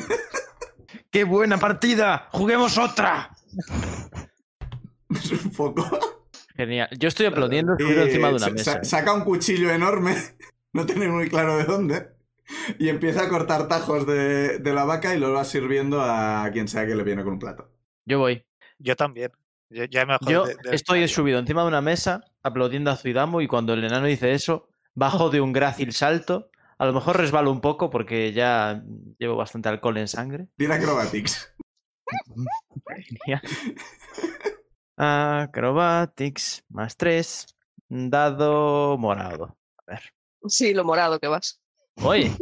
S2: ¡Qué buena partida! ¡Juguemos otra!
S1: Es un poco...
S2: Genial. Yo estoy aplaudiendo
S1: Y
S2: estoy encima de una
S1: sa-
S2: mesa. eh.
S1: sa- saca un cuchillo enorme, no tiene muy claro de dónde, Y empieza a cortar tajos de, de la vaca y lo va sirviendo a quien sea que le viene con un plato.
S2: Yo voy.
S3: Yo también. Yo, ya me bajo
S2: Yo
S3: de- del
S2: estoy
S3: escenario.
S2: subido encima de una mesa aplaudiendo a Zuidamo y cuando el enano dice eso, bajo de un grácil salto. A lo mejor resbalo un poco porque ya llevo bastante alcohol en sangre.
S1: Tira acrobatics.
S2: Genial. Acrobatics más 3. Dado morado.
S4: Sí, lo morado que vas.
S2: Oye,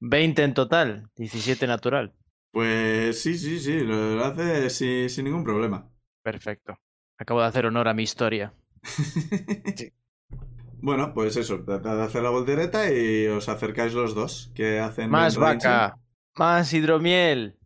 S2: 20 en total, 17 natural.
S1: Pues sí, sí, sí, lo, lo hace sin, sin ningún problema.
S2: Perfecto. Acabo de hacer honor a mi historia.
S1: Bueno, pues eso, tratad de hacer la voltereta y os acercáis los dos que hacen...
S2: Más
S1: el range.
S2: vaca, más hidromiel.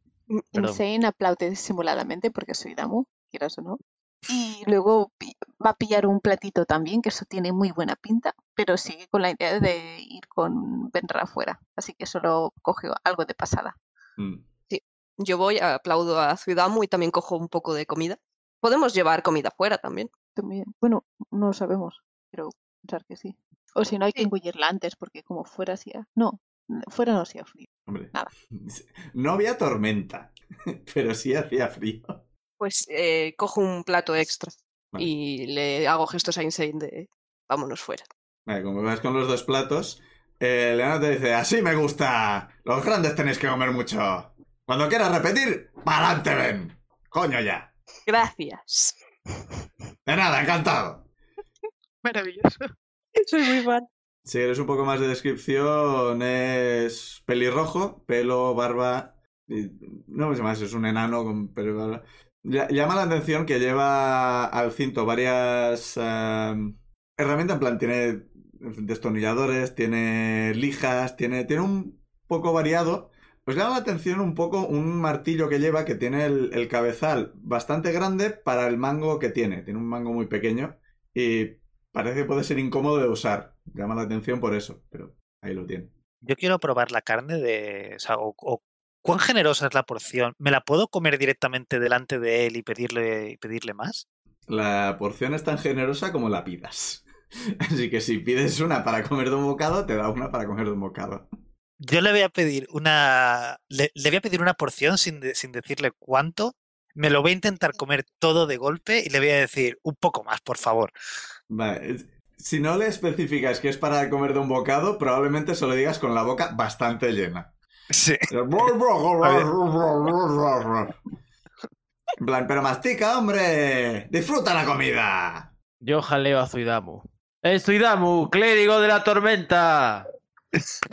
S2: Perdón.
S6: Insane aplaude disimuladamente porque soy Damu, quieras o no. Y luego pi- va a pillar un platito también, que eso tiene muy buena pinta, pero sigue con la idea de ir con Benra afuera. Así que solo cogió algo de pasada.
S1: Mm.
S4: Yo voy, aplaudo a Ciudadmu y también cojo un poco de comida. Podemos llevar comida fuera también.
S6: También- Bueno, no lo sabemos, pero pensar que sí. O si no, hay que engullirla antes, porque como fuera hacía. No, fuera no hacía frío.
S1: Hombre.
S6: Nada.
S1: No había tormenta, pero sí hacía frío.
S4: Pues eh, cojo un plato extra
S1: Vale.
S4: y le hago gestos a Insane de vámonos fuera.
S1: Vale, como vas con los dos platos, eh, Leonardo te dice, así me gusta. Los grandes tenéis que comer mucho. Cuando quieras repetir, ¡pa'lante ven! Coño ya.
S4: Gracias.
S1: De nada, encantado.
S5: Maravilloso.
S4: Soy muy fan.
S1: Si eres un poco más de descripción, es pelirrojo, pelo, barba. y- No sé más, es un enano con pelo y barba. Lla- Llama la atención que lleva al cinto varias em, herramientas. En plan, tiene destornilladores, tiene lijas, tiene, tiene un poco variado. Os llama la atención un poco un martillo que lleva que tiene el, el cabezal bastante grande para el mango que tiene. Tiene un mango muy pequeño y Parece que puede ser incómodo de usar. Llama la atención por eso, pero ahí lo tiene.
S3: Yo quiero probar la carne de. O sea, o- o ¿cuán generosa es la porción? ¿Me la puedo comer directamente delante de él y pedirle, y pedirle más?
S1: La porción es tan generosa como la pidas. Así que si pides una para comer de un bocado, te da una para comer de un bocado.
S3: Yo le voy a pedir una. Le, le voy a pedir una porción sin, de- sin decirle cuánto. Me lo voy a intentar comer todo de golpe y le voy a decir un poco más, por favor.
S1: Vale. es- Si no le especificas que es para comer de un bocado, probablemente se lo digas con la boca bastante llena.
S3: Sí.
S1: En plan, pero mastica, hombre. Disfruta la comida.
S2: Yo jaleo a Zuidamu. ¡Eh, Zuidamu, clérigo de la tormenta!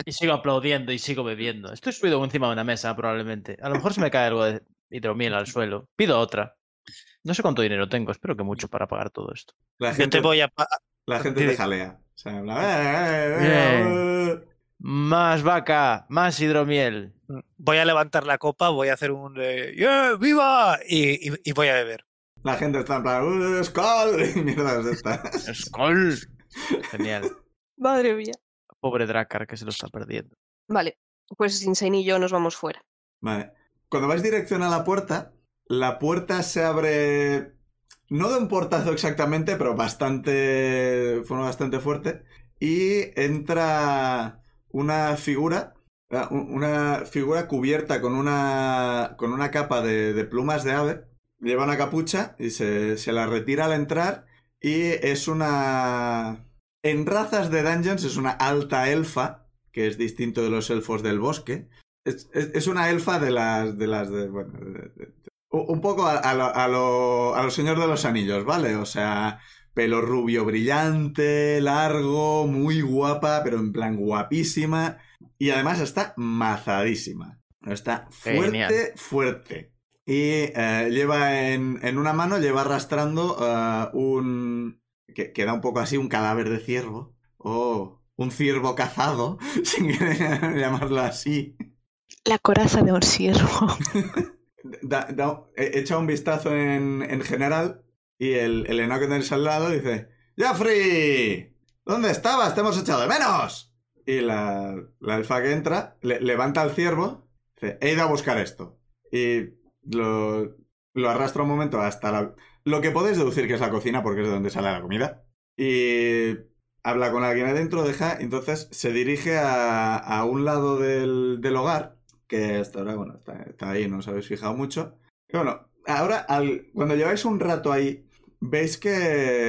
S2: Y sigo aplaudiendo y sigo bebiendo. Estoy subido encima de una mesa, probablemente. A lo mejor se me cae algo de hidromiel al suelo. Pido otra. No sé cuánto dinero tengo, espero que mucho para pagar todo esto.
S1: La
S3: Yo te
S1: gente,
S3: voy a. pa-
S1: la gente te
S3: Dime.
S1: jalea. O sea, en plan, "Eh, eh, eh, eh".
S2: Más vaca, más hidromiel.
S3: mm, Voy a levantar la copa, voy a hacer un. eh, "Yeah, ¡Viva! Y, y- y voy a beber.
S1: La gente está en plan, "Uh, ¡Skull! Y mierdas de estas.
S2: ¡Skol! Genial.
S4: Madre mía.
S2: Pobre Dracar que se lo está perdiendo.
S4: Vale, pues Insane y yo nos vamos fuera.
S1: Vale. Cuando vais dirección a la puerta, la puerta se abre. No de un portazo exactamente, pero bastante. de forma bastante fuerte. Y entra una figura. ah, un- Una figura cubierta con una. con una capa de, de plumas de ave. Lleva una capucha y se, se la retira al entrar. Y es una. En razas de dungeons es una alta elfa, que es distinto de los elfos del bosque. Es, es- es una elfa de las. de las de. Bueno. de- de- de- u- un poco a, a lo, a, lo- a lo Señor de los Anillos, ¿vale? O sea, pelo rubio brillante, largo, muy guapa, pero en plan guapísima. Y además está mazadísima. Está fuerte,
S2: Genial.
S1: fuerte. Y eh, lleva en, en una mano, lleva arrastrando eh, un. Que, que da un poco así, un cadáver de ciervo. O un ciervo cazado, sin querer llamarlo así.
S6: La coraza de un ciervo.
S1: Da- da- e- echa un vistazo en, en general y el, el enano que tenéis al lado dice: ¡Jeffrey! ¿Dónde estabas? ¡Te hemos echado de menos! Y la, la elfa que entra le- levanta al ciervo, dice: He ido a buscar esto. Y lo, lo arrastra un momento hasta la. Lo que podéis deducir que es la cocina, porque es de donde sale la comida. Y habla con alguien adentro, deja, entonces se dirige a, a un lado del, del hogar, que hasta ahora, bueno, está, está ahí, no os habéis fijado mucho. Y bueno, ahora, al- cuando lleváis un rato ahí, veis que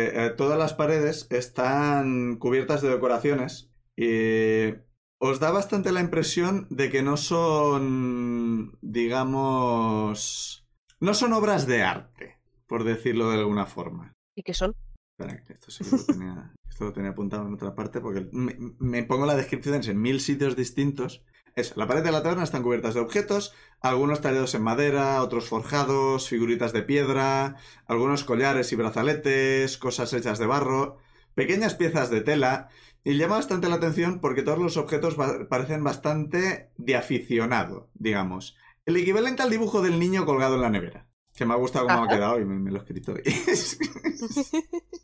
S1: eh, todas las paredes están cubiertas de decoraciones y os da bastante la impresión de que no son, digamos, no son obras de arte, por decirlo de alguna forma.
S4: ¿Y qué son?
S1: Espera, que esto sí que lo tenía, esto lo tenía apuntado en otra parte porque me, me pongo la descripción en mil sitios distintos. Eso, la pared de la taberna están cubiertas de objetos, algunos tallados en madera, otros forjados, figuritas de piedra, algunos collares y brazaletes, cosas hechas de barro, pequeñas piezas de tela, y llama bastante la atención porque todos los objetos ba- parecen bastante de aficionado, digamos. El equivalente al dibujo del niño colgado en la nevera, que me ha gustado cómo me ha quedado y me, me lo he escrito.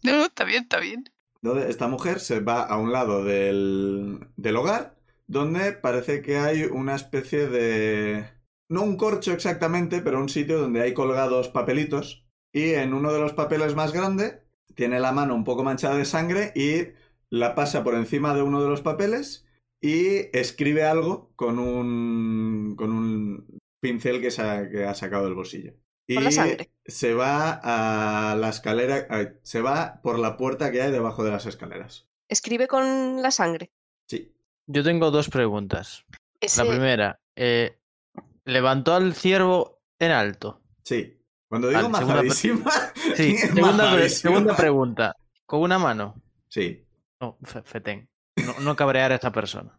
S5: No, no, está bien, está bien.
S1: Entonces, esta mujer se va a un lado del, del hogar, donde parece que hay una especie de... No un corcho exactamente, pero un sitio donde hay colgados papelitos. Y en uno de los papeles más grande, tiene la mano un poco manchada de sangre y la pasa por encima de uno de los papeles y escribe algo con un, con un pincel que, sa- que ha sacado del bolsillo. Y
S4: Con la sangre.
S1: se va a la escalera, ay, se va por la puerta que hay debajo de las escaleras.
S4: Escribe con la sangre.
S1: Sí.
S2: Yo tengo dos preguntas. La
S6: Ese-
S2: primera, eh, ¿levantó al ciervo en alto?
S1: Sí. Cuando digo
S2: Vale, segunda pre-
S1: mazadísima,
S2: Sí,
S1: es
S2: segunda, pre-
S1: mazadísima.
S2: segunda pregunta. ¿Con una mano?
S1: Sí.
S2: No, fe- fetén. No, no cabrear a esa persona.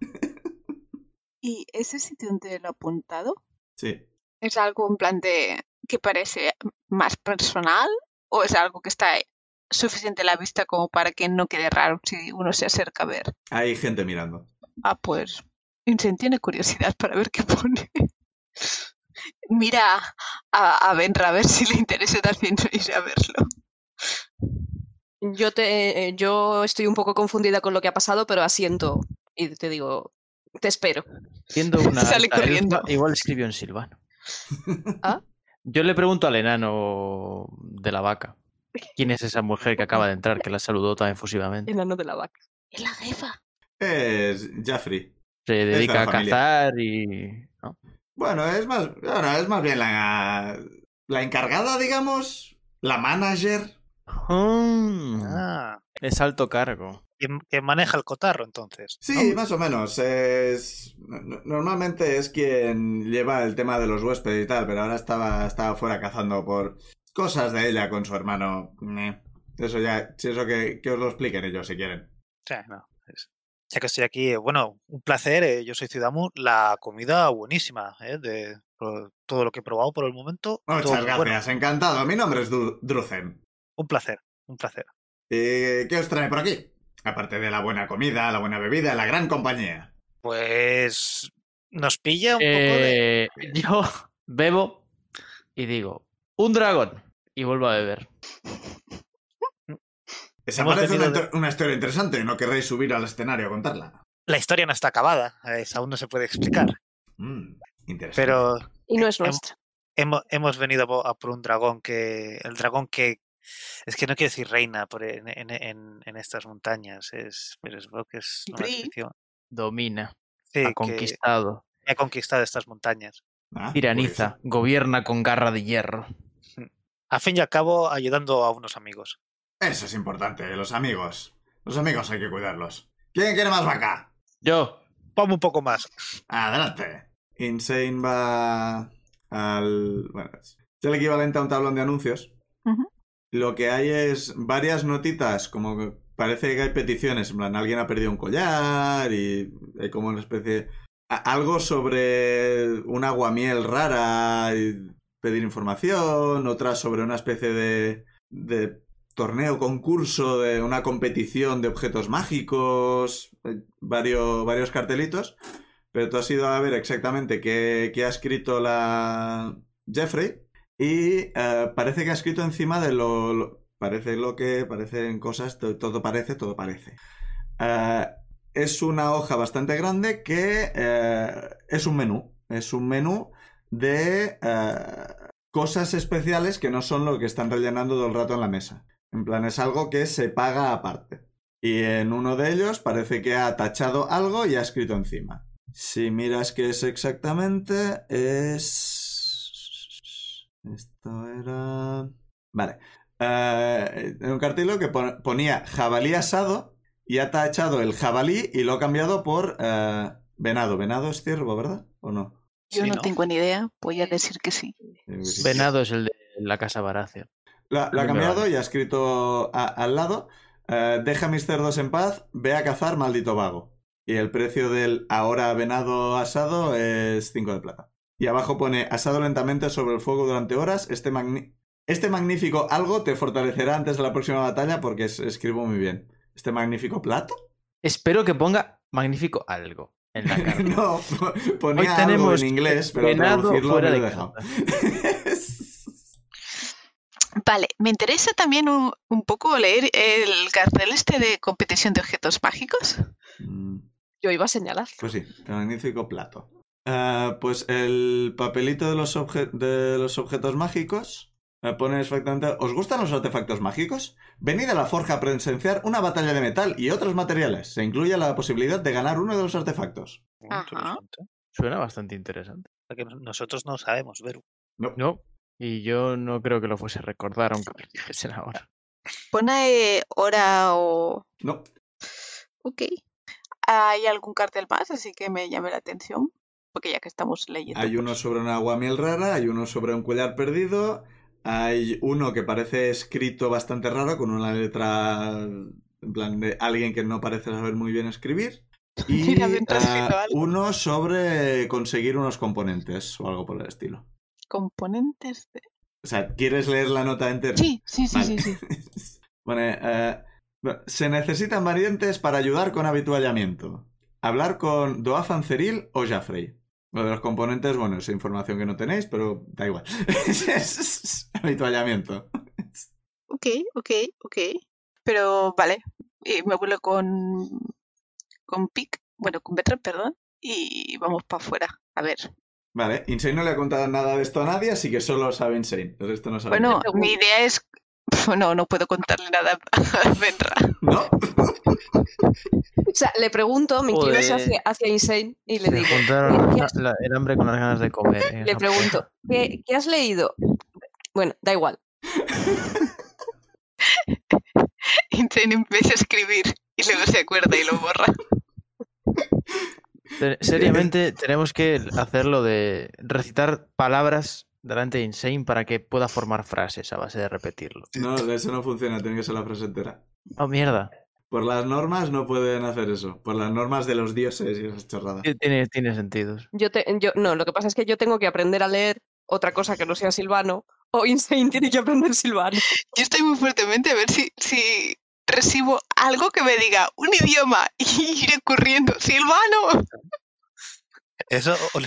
S6: ¿Y ese sitio donde lo he apuntado?
S1: Sí.
S6: ¿Es algo en plan de que parece más personal? ¿O es algo que está suficiente a la vista como para que no quede raro si uno se acerca a ver?
S1: Hay gente mirando.
S6: Ah, pues. Insane tiene curiosidad para ver qué pone. Mira a, a Benra a ver si le interesa también ir a verlo.
S4: Yo, te, eh, yo estoy un poco confundida con lo que ha pasado, pero asiento y te digo, te espero.
S2: Siendo una
S6: Sale
S2: alta elfa,
S6: corriendo.
S2: igual escribió en Silvano.
S4: ¿Ah?
S2: Yo le pregunto al enano de la vaca. ¿Quién es esa mujer que acaba de entrar, que la saludó tan efusivamente?
S4: Enano de la vaca.
S6: Es la jefa.
S1: Es Jaffrey.
S2: Se
S1: la
S2: dedica a
S1: familia.
S2: cazar y... ¿no?
S1: Bueno, es más, bueno, es más bien la, la encargada, digamos, la manager.
S2: Mm,
S3: Ah,
S2: Es alto cargo.
S3: que, que maneja el cotarro entonces.
S1: Sí,
S3: ¿no?
S1: más o menos. Es, no- normalmente es quien lleva el tema de los huéspedes y tal, pero ahora estaba, estaba fuera cazando por cosas de ella con su hermano. Meh. Eso ya, si eso que, que os lo expliquen ellos si quieren.
S3: O sea, no, es- Ya que estoy aquí, eh, bueno, un placer. eh, yo soy Ciudadmu. La comida buenísima, eh, de por todo lo que he probado por el momento.
S1: Muchas
S3: todo muy
S1: gracias,
S3: bueno.
S1: encantado. Mi nombre es Du- Drucen.
S3: un placer, un placer.
S1: ¿Y Eh, qué os trae por aquí? Aparte de la buena comida, la buena bebida, la gran compañía.
S3: Pues nos pilla un poco de.
S2: Eh, Yo bebo y digo, un dragón. Y vuelvo a beber.
S1: Esa
S3: Hemos
S1: parece una,
S3: venido de-
S1: inter- una historia interesante. No querréis subir al escenario a contarla.
S3: La historia no está acabada, es- aún no se puede explicar,
S1: Mm, interesante.
S3: pero
S4: Y no es
S3: Em-
S4: nuestra.
S3: hemos, hemos venido a po- a por un dragón que. El dragón que. Es que no quiero decir reina por en, en- en- en estas montañas, es, pero es, creo que es una
S6: Bri.
S3: descripción.
S2: Domina.
S3: Sí,
S2: ha
S3: que
S2: conquistado.
S3: ha conquistado estas montañas.
S1: Ah,
S2: Tiraniza. Gobierna con garra de hierro.
S3: A fin y al cabo, ayudando a unos amigos.
S1: curioso. pues, Eso es importante, los amigos. Los amigos hay que cuidarlos. ¿Quién quiere más vaca?
S2: Yo.
S3: Vamos un poco más.
S1: Adelante. Insane va al... Bueno, es es el equivalente a un tablón de anuncios.
S6: Ujú.
S1: Lo que hay es varias notitas, como que parece que hay peticiones. En plan, alguien ha perdido un collar y hay como una especie... a- Algo sobre un aguamiel rara y pedir información, otra sobre una especie de, de torneo, concurso, de una competición de objetos mágicos, eh, varios, varios cartelitos. Pero tú has ido a ver exactamente qué, qué ha escrito la Jeffrey y eh, parece que ha escrito encima de lo, lo- Parece lo que parecen cosas, to- todo parece, todo parece. Eh, es una hoja bastante grande que eh, es un menú. Es un menú de eh, cosas especiales que no son lo que están rellenando todo el rato en la mesa. En plan, es algo que se paga aparte. Y en uno de ellos parece que ha tachado algo y ha escrito encima. Si miras qué es exactamente, es... Esto era... Vale. Eh, en un cartilo que pon- ponía jabalí asado y ha tachado el jabalí y lo ha cambiado por eh, venado. Venado es ciervo, ¿verdad? ¿O no?
S6: Yo
S3: Sí,
S6: no,
S3: ¿no?
S6: tengo ni idea, voy a decir que sí.
S1: Creo que sí.
S2: Venado es el de la casa Baracio.
S1: La- Lo, ha
S2: Me
S1: cambiado
S2: vale.
S1: y ha escrito a- al lado, eh, deja mis cerdos en paz, ve a cazar, maldito vago. Y el precio del ahora venado asado es 5 de plata. Y abajo pone, asado lentamente sobre el fuego durante horas, este, magni- este magnífico algo te fortalecerá antes de la próxima batalla porque es- escribo muy bien. ¿Este magnífico plato?
S2: Espero que ponga magnífico algo en la carta.
S1: No,
S2: Hoy
S1: ponía algo
S2: tenemos
S1: en inglés, pero
S2: venado
S1: traducirlo
S2: fuera
S1: me lo he
S2: de
S1: dejado.
S2: casa.
S6: Vale,
S5: Me interesa también un, un poco leer el cartel este de competición de objetos mágicos.
S1: Mm.
S4: Yo iba a señalar.
S1: Pues sí, magnífico plato. Ah, pues el papelito de los, obje- de los objetos mágicos eh, pone exactamente... ¿Os gustan los artefactos mágicos? Venid a la forja a presenciar una batalla de metal y otros materiales. Se incluye la posibilidad de ganar uno de los artefactos.
S3: Muy interesante.
S2: Suena bastante interesante.
S3: ¿eh? Porque nos- nosotros no sabemos, Veru.
S1: No.
S2: No, y yo no creo que lo fuese a recordar, aunque me lo dijesen ahora.
S6: pone hora o...
S1: No.
S6: Ok. ¿Hay algún cartel más? Así que me llame la atención. Porque ya que estamos leyendo...
S1: Hay uno sobre una aguamiel rara, hay uno sobre un collar perdido, hay uno que parece escrito bastante raro con una letra en plan de alguien que no parece saber muy bien escribir. Y
S6: Mira, mientras
S1: ah,
S6: escrito algo.
S1: uno sobre conseguir unos componentes o algo por el estilo.
S6: Componentes de...
S1: O sea, ¿quieres leer la nota entera?
S6: Sí, sí, sí, sí,
S1: Vale.
S6: sí.
S1: Bueno, eh, bueno, se necesitan variantes para ayudar con habituallamiento. Hablar con Doafan Ceril o Jaffrey. Lo de los componentes, bueno, es información que no tenéis, pero da igual. habituallamiento.
S6: Ok, ok, ok. Pero vale, eh, me vuelo con con Pic, bueno, con Betra, perdón, y vamos para afuera. A ver.
S1: Vale, Insane no le ha contado nada de esto a nadie, así que solo sabe Insane. El resto no sabe.
S6: Bueno,
S4: pregunto.
S6: mi idea es no, no puedo contarle nada a Betra.
S1: ¿No?
S4: O sea, le pregunto, me inclino
S2: Joder.
S4: hacia, hacia Insane y le
S2: Se
S4: digo,
S2: juntaron
S4: ¿qué
S2: la- la- el hambre con las ganas de comer. eh, en
S4: le
S2: Japón.
S4: pregunto, ¿qué, qué has leído? Bueno, da igual.
S5: Insane empieza a escribir y luego se acuerda y lo borra.
S2: Te- Seriamente tenemos que hacer lo de recitar palabras delante de Insane para que pueda formar frases a base de repetirlo.
S1: No, eso no funciona, tiene que ser la frase entera.
S2: Oh, mierda.
S1: Por las normas no pueden hacer eso. Por las normas de los dioses y esas chorradas.
S2: Sí, Tiene, tiene sentido.
S4: Yo te- yo, no, lo que pasa es que yo tengo que aprender a leer otra cosa que no sea silvano o Insane tiene que aprender silvano.
S5: Yo estoy muy fuertemente a ver si, si recibo algo que me diga un idioma y iré corriendo. ¡Silvano!
S3: Eso o- o-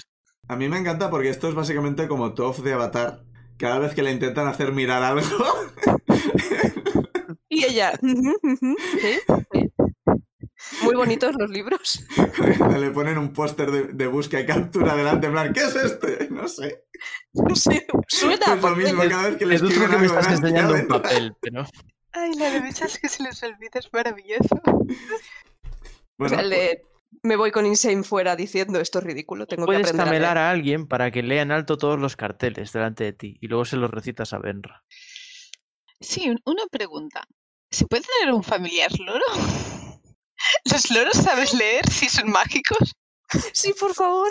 S1: A mí me encanta porque esto es básicamente como Toph de Avatar. Cada vez que le intentan hacer mirar algo,
S4: Y ella, "Ujú, ujú, sí, sí". Muy bonitos los libros.
S1: le ponen un póster de, de busca y captura delante, en plan, ¿qué es este? No sé.
S4: No sé, suena.
S1: es
S4: por
S1: lo mismo
S4: menos.
S1: cada vez que le
S2: Deduzco
S1: escriben
S2: que me
S1: algo
S2: estás
S1: delante,
S2: enseñando un
S1: adentro.
S2: papel, pero
S5: Ay, la de veces que se les olvida es maravilloso.
S4: O
S1: Bueno,
S4: sea, le- me voy con Insane fuera diciendo esto es ridículo, tengo que
S2: puedes
S4: aprender a leer".
S2: camelar a alguien para que lea en alto todos los carteles delante de ti y luego se los recitas a Benra.
S5: Sí, un- una pregunta. ¿Se puede tener un familiar loro? ¿Los loros sabes leer si son mágicos?
S4: Sí, por favor.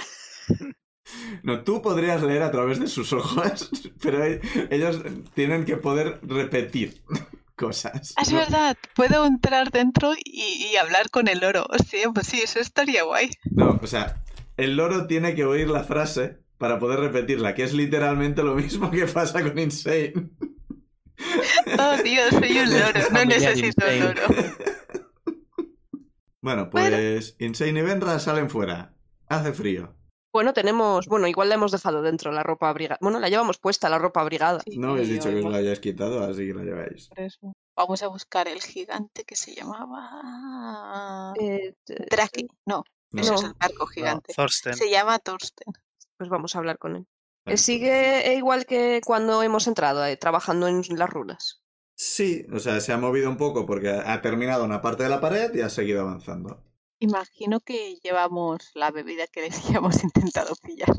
S1: no, tú podrías leer a través de sus ojos, pero e- ellos tienen que poder repetir cosas.
S5: Ah, Es
S1: No-
S5: verdad, puedo entrar dentro y, y hablar con el loro. Hostia, pues sí, eso estaría guay.
S1: No, o sea, el loro tiene que oír la frase para poder repetirla, que es literalmente lo mismo que pasa con Insane.
S5: Oh, Dios, soy un loro, no
S2: Familiar
S5: necesito un
S2: insane.
S5: loro.
S1: Bueno, pues
S5: Bueno.
S1: Insane y Benra salen fuera. Hace frío.
S4: Bueno, tenemos. Bueno, igual la hemos dejado dentro la ropa abrigada. Bueno, la llevamos puesta la ropa abrigada.
S1: No habéis dicho que os la hayáis quitado, así que la lleváis.
S6: Vamos a buscar el gigante que se llamaba
S4: Eh, eh,
S6: Drake. No,
S1: No,
S6: eso es
S4: no.
S6: el barco
S3: no,
S6: gigante.
S3: Thorsten.
S6: Se llama Thorsten.
S4: pues vamos a
S5: Eh,
S4: hablar con él. e
S1: vale. pues.
S4: Eh, Sigue igual que cuando hemos entrado, eh, trabajando en las runas.
S1: Sí, o sea, se ha movido un poco porque ha ha terminado una parte de la pared y ha seguido avanzando.
S5: Imagino que llevamos la bebida que les habíamos intentado pillar.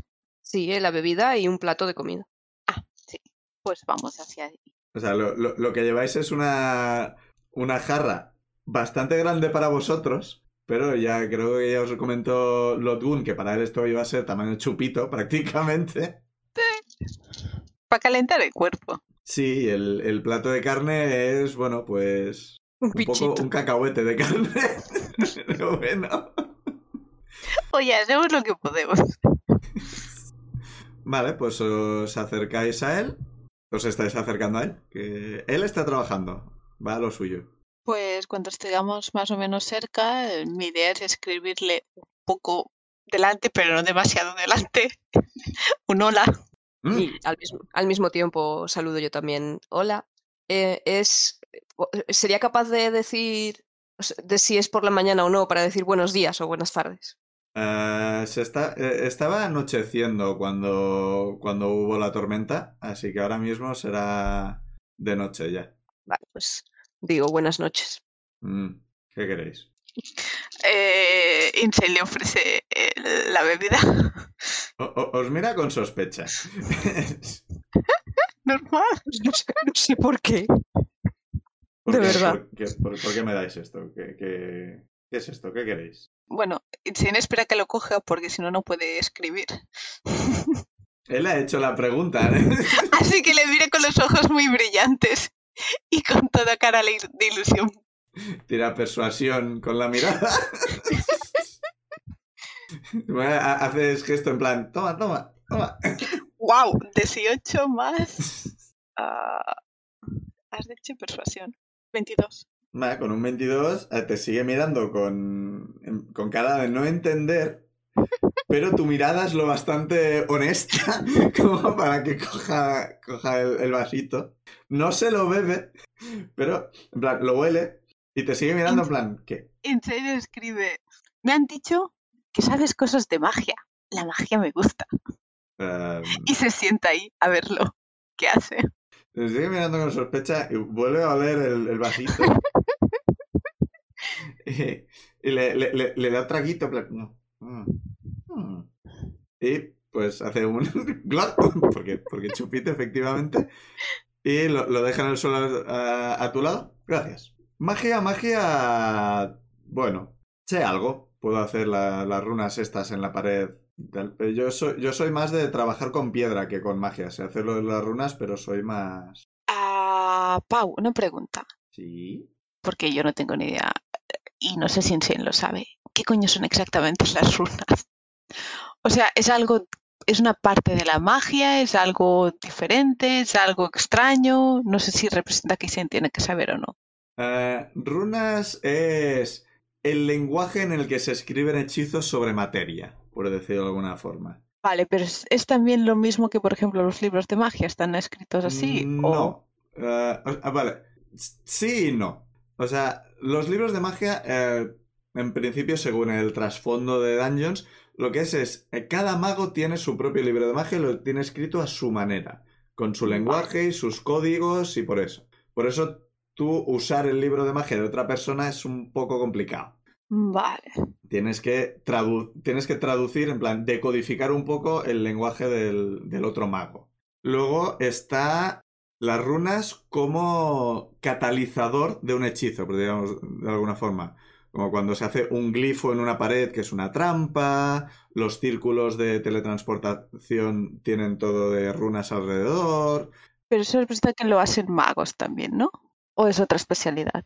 S4: Sí, eh, la bebida y un plato de comida.
S5: Pues vamos hacia ahí.
S1: O sea, lo, lo- lo que lleváis es una, una jarra bastante grande para vosotros, pero ya creo que ya os comentó Lotgun que para él esto iba a ser tamaño chupito prácticamente.
S5: Para calentar el cuerpo.
S1: Sí, el, el plato de carne es, bueno, pues
S4: Un
S1: un poco
S4: bichito.
S1: un cacahuete de carne. Pero bueno.
S5: Oye, hacemos lo que podemos.
S1: Vale, pues os acercáis a él. Os estáis acercando a él. Que él está trabajando. Va a lo suyo.
S5: Pues cuando estemos más o menos cerca, eh, mi idea es escribirle un poco delante, pero no demasiado delante. Un hola.
S1: Mm,
S4: Y al mismo, al mismo tiempo saludo yo también. Hola. Eh, es, o- eh, ¿Sería capaz de decir o sea, de si es por la mañana o no para decir buenos días o buenas tardes?
S1: eh, se está, eh, estaba anocheciendo cuando, cuando hubo la tormenta, así que ahora mismo será de noche ya.
S4: Vale, pues digo buenas noches.
S1: Mm, ¿Qué queréis?
S5: Eh, Insel le ofrece eh, la bebida.
S1: O- o- os mira con sospecha.
S5: Normal.
S4: No sé, no sé por qué.
S1: ¿Por
S4: De
S1: qué-
S4: verdad.
S1: ¿Por qué, por- por qué me dais esto? ¿Qué, qué, qué es esto? ¿Qué queréis?
S5: Bueno, Insel espera que lo coja porque si no, no puede escribir.
S1: Él ha hecho la pregunta. ¿eh?
S5: Así que le mira con los ojos muy brillantes y con toda cara de il- de ilusión.
S1: Tira persuasión con la mirada. Bueno, ha- haces gesto en plan, toma, toma, toma.
S5: ¡Wow! 18 más. ah, has dicho persuasión. 22.
S1: Vale, con un 22 eh, te sigue mirando con, en- con cara de no entender, pero tu mirada es lo bastante honesta como para que coja, coja el, el vasito. No se lo bebe, pero en plan, lo huele y te sigue mirando en plan, ¿qué?
S5: En serio escribe. Me han dicho que sabes cosas de magia. La magia me gusta.
S1: Em,
S5: Y se sienta ahí a verlo. ¿Qué hace?
S1: Te sigue mirando con sospecha y vuelve a oler el, el vasito. y y le, le- le- le da traguito. en plan, "No, mm, mm". Y pues hace un glot, porque, porque chupito efectivamente. Y lo, lo deja en el suelo eh, a, a tu lado. Gracias. Magia, magia. Bueno, sé algo. Puedo hacer la- las runas estas en la pared. tal. Pero Yo soy, yo soy más de trabajar con piedra que con magia. Sé hacer lo de las runas, pero soy más.
S5: Ah, Pau, una pregunta.
S1: Sí.
S5: Porque yo no tengo ni idea. Y no sé si Insane lo sabe. ¿Qué coño son exactamente las runas? O sea, es algo. Es una parte de la magia, es algo diferente, es algo extraño. No sé si representa que Insane tiene que saber o no.
S1: Eh, runas es el lenguaje en el que se escriben hechizos sobre materia, por decirlo de alguna forma.
S5: Vale, pero es, es también lo mismo que, por ejemplo, los libros de magia están escritos así.
S1: Mm,
S5: o-
S1: No. Eh, o- ah, vale. S- Sí y no. O sea, los libros de magia, eh, en principio, según el trasfondo de Dungeons, lo que es es, eh, cada mago tiene su propio libro de magia y lo tiene escrito a su manera, con su lenguaje y sus códigos y por eso. Por eso tú usar el libro de magia de otra persona es un poco complicado.
S5: Vale.
S1: Tienes que, tradu- tienes que traducir, en plan, decodificar un poco el lenguaje del, del otro mago. Luego está las runas como catalizador de un hechizo, por digamos, de alguna forma. Como cuando se hace un glifo en una pared, que es una trampa, los círculos de teletransportación tienen todo de runas alrededor.
S5: Pero eso representa que lo hacen magos también, ¿no? ¿O es otra especialidad?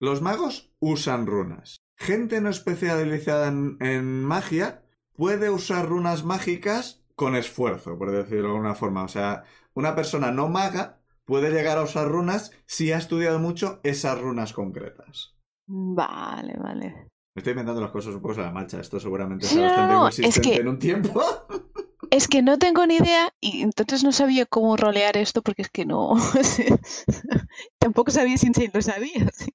S1: Los magos usan runas. Gente no especializada en, en magia puede usar runas mágicas con esfuerzo, por decirlo de alguna forma. O sea, una persona no maga puede llegar a usar runas si ha estudiado mucho esas runas concretas.
S5: Vale, vale.
S1: Me estoy inventando las cosas un poco a la marcha. Esto seguramente
S5: Sí,
S1: sea
S5: no, no,
S1: bastante
S5: no, es
S1: consistente
S5: que-
S1: en un tiempo.
S5: Es que no tengo ni idea y entonces no sabía cómo rolear esto porque es que no. Tampoco sabía si Insane lo sabía. sí.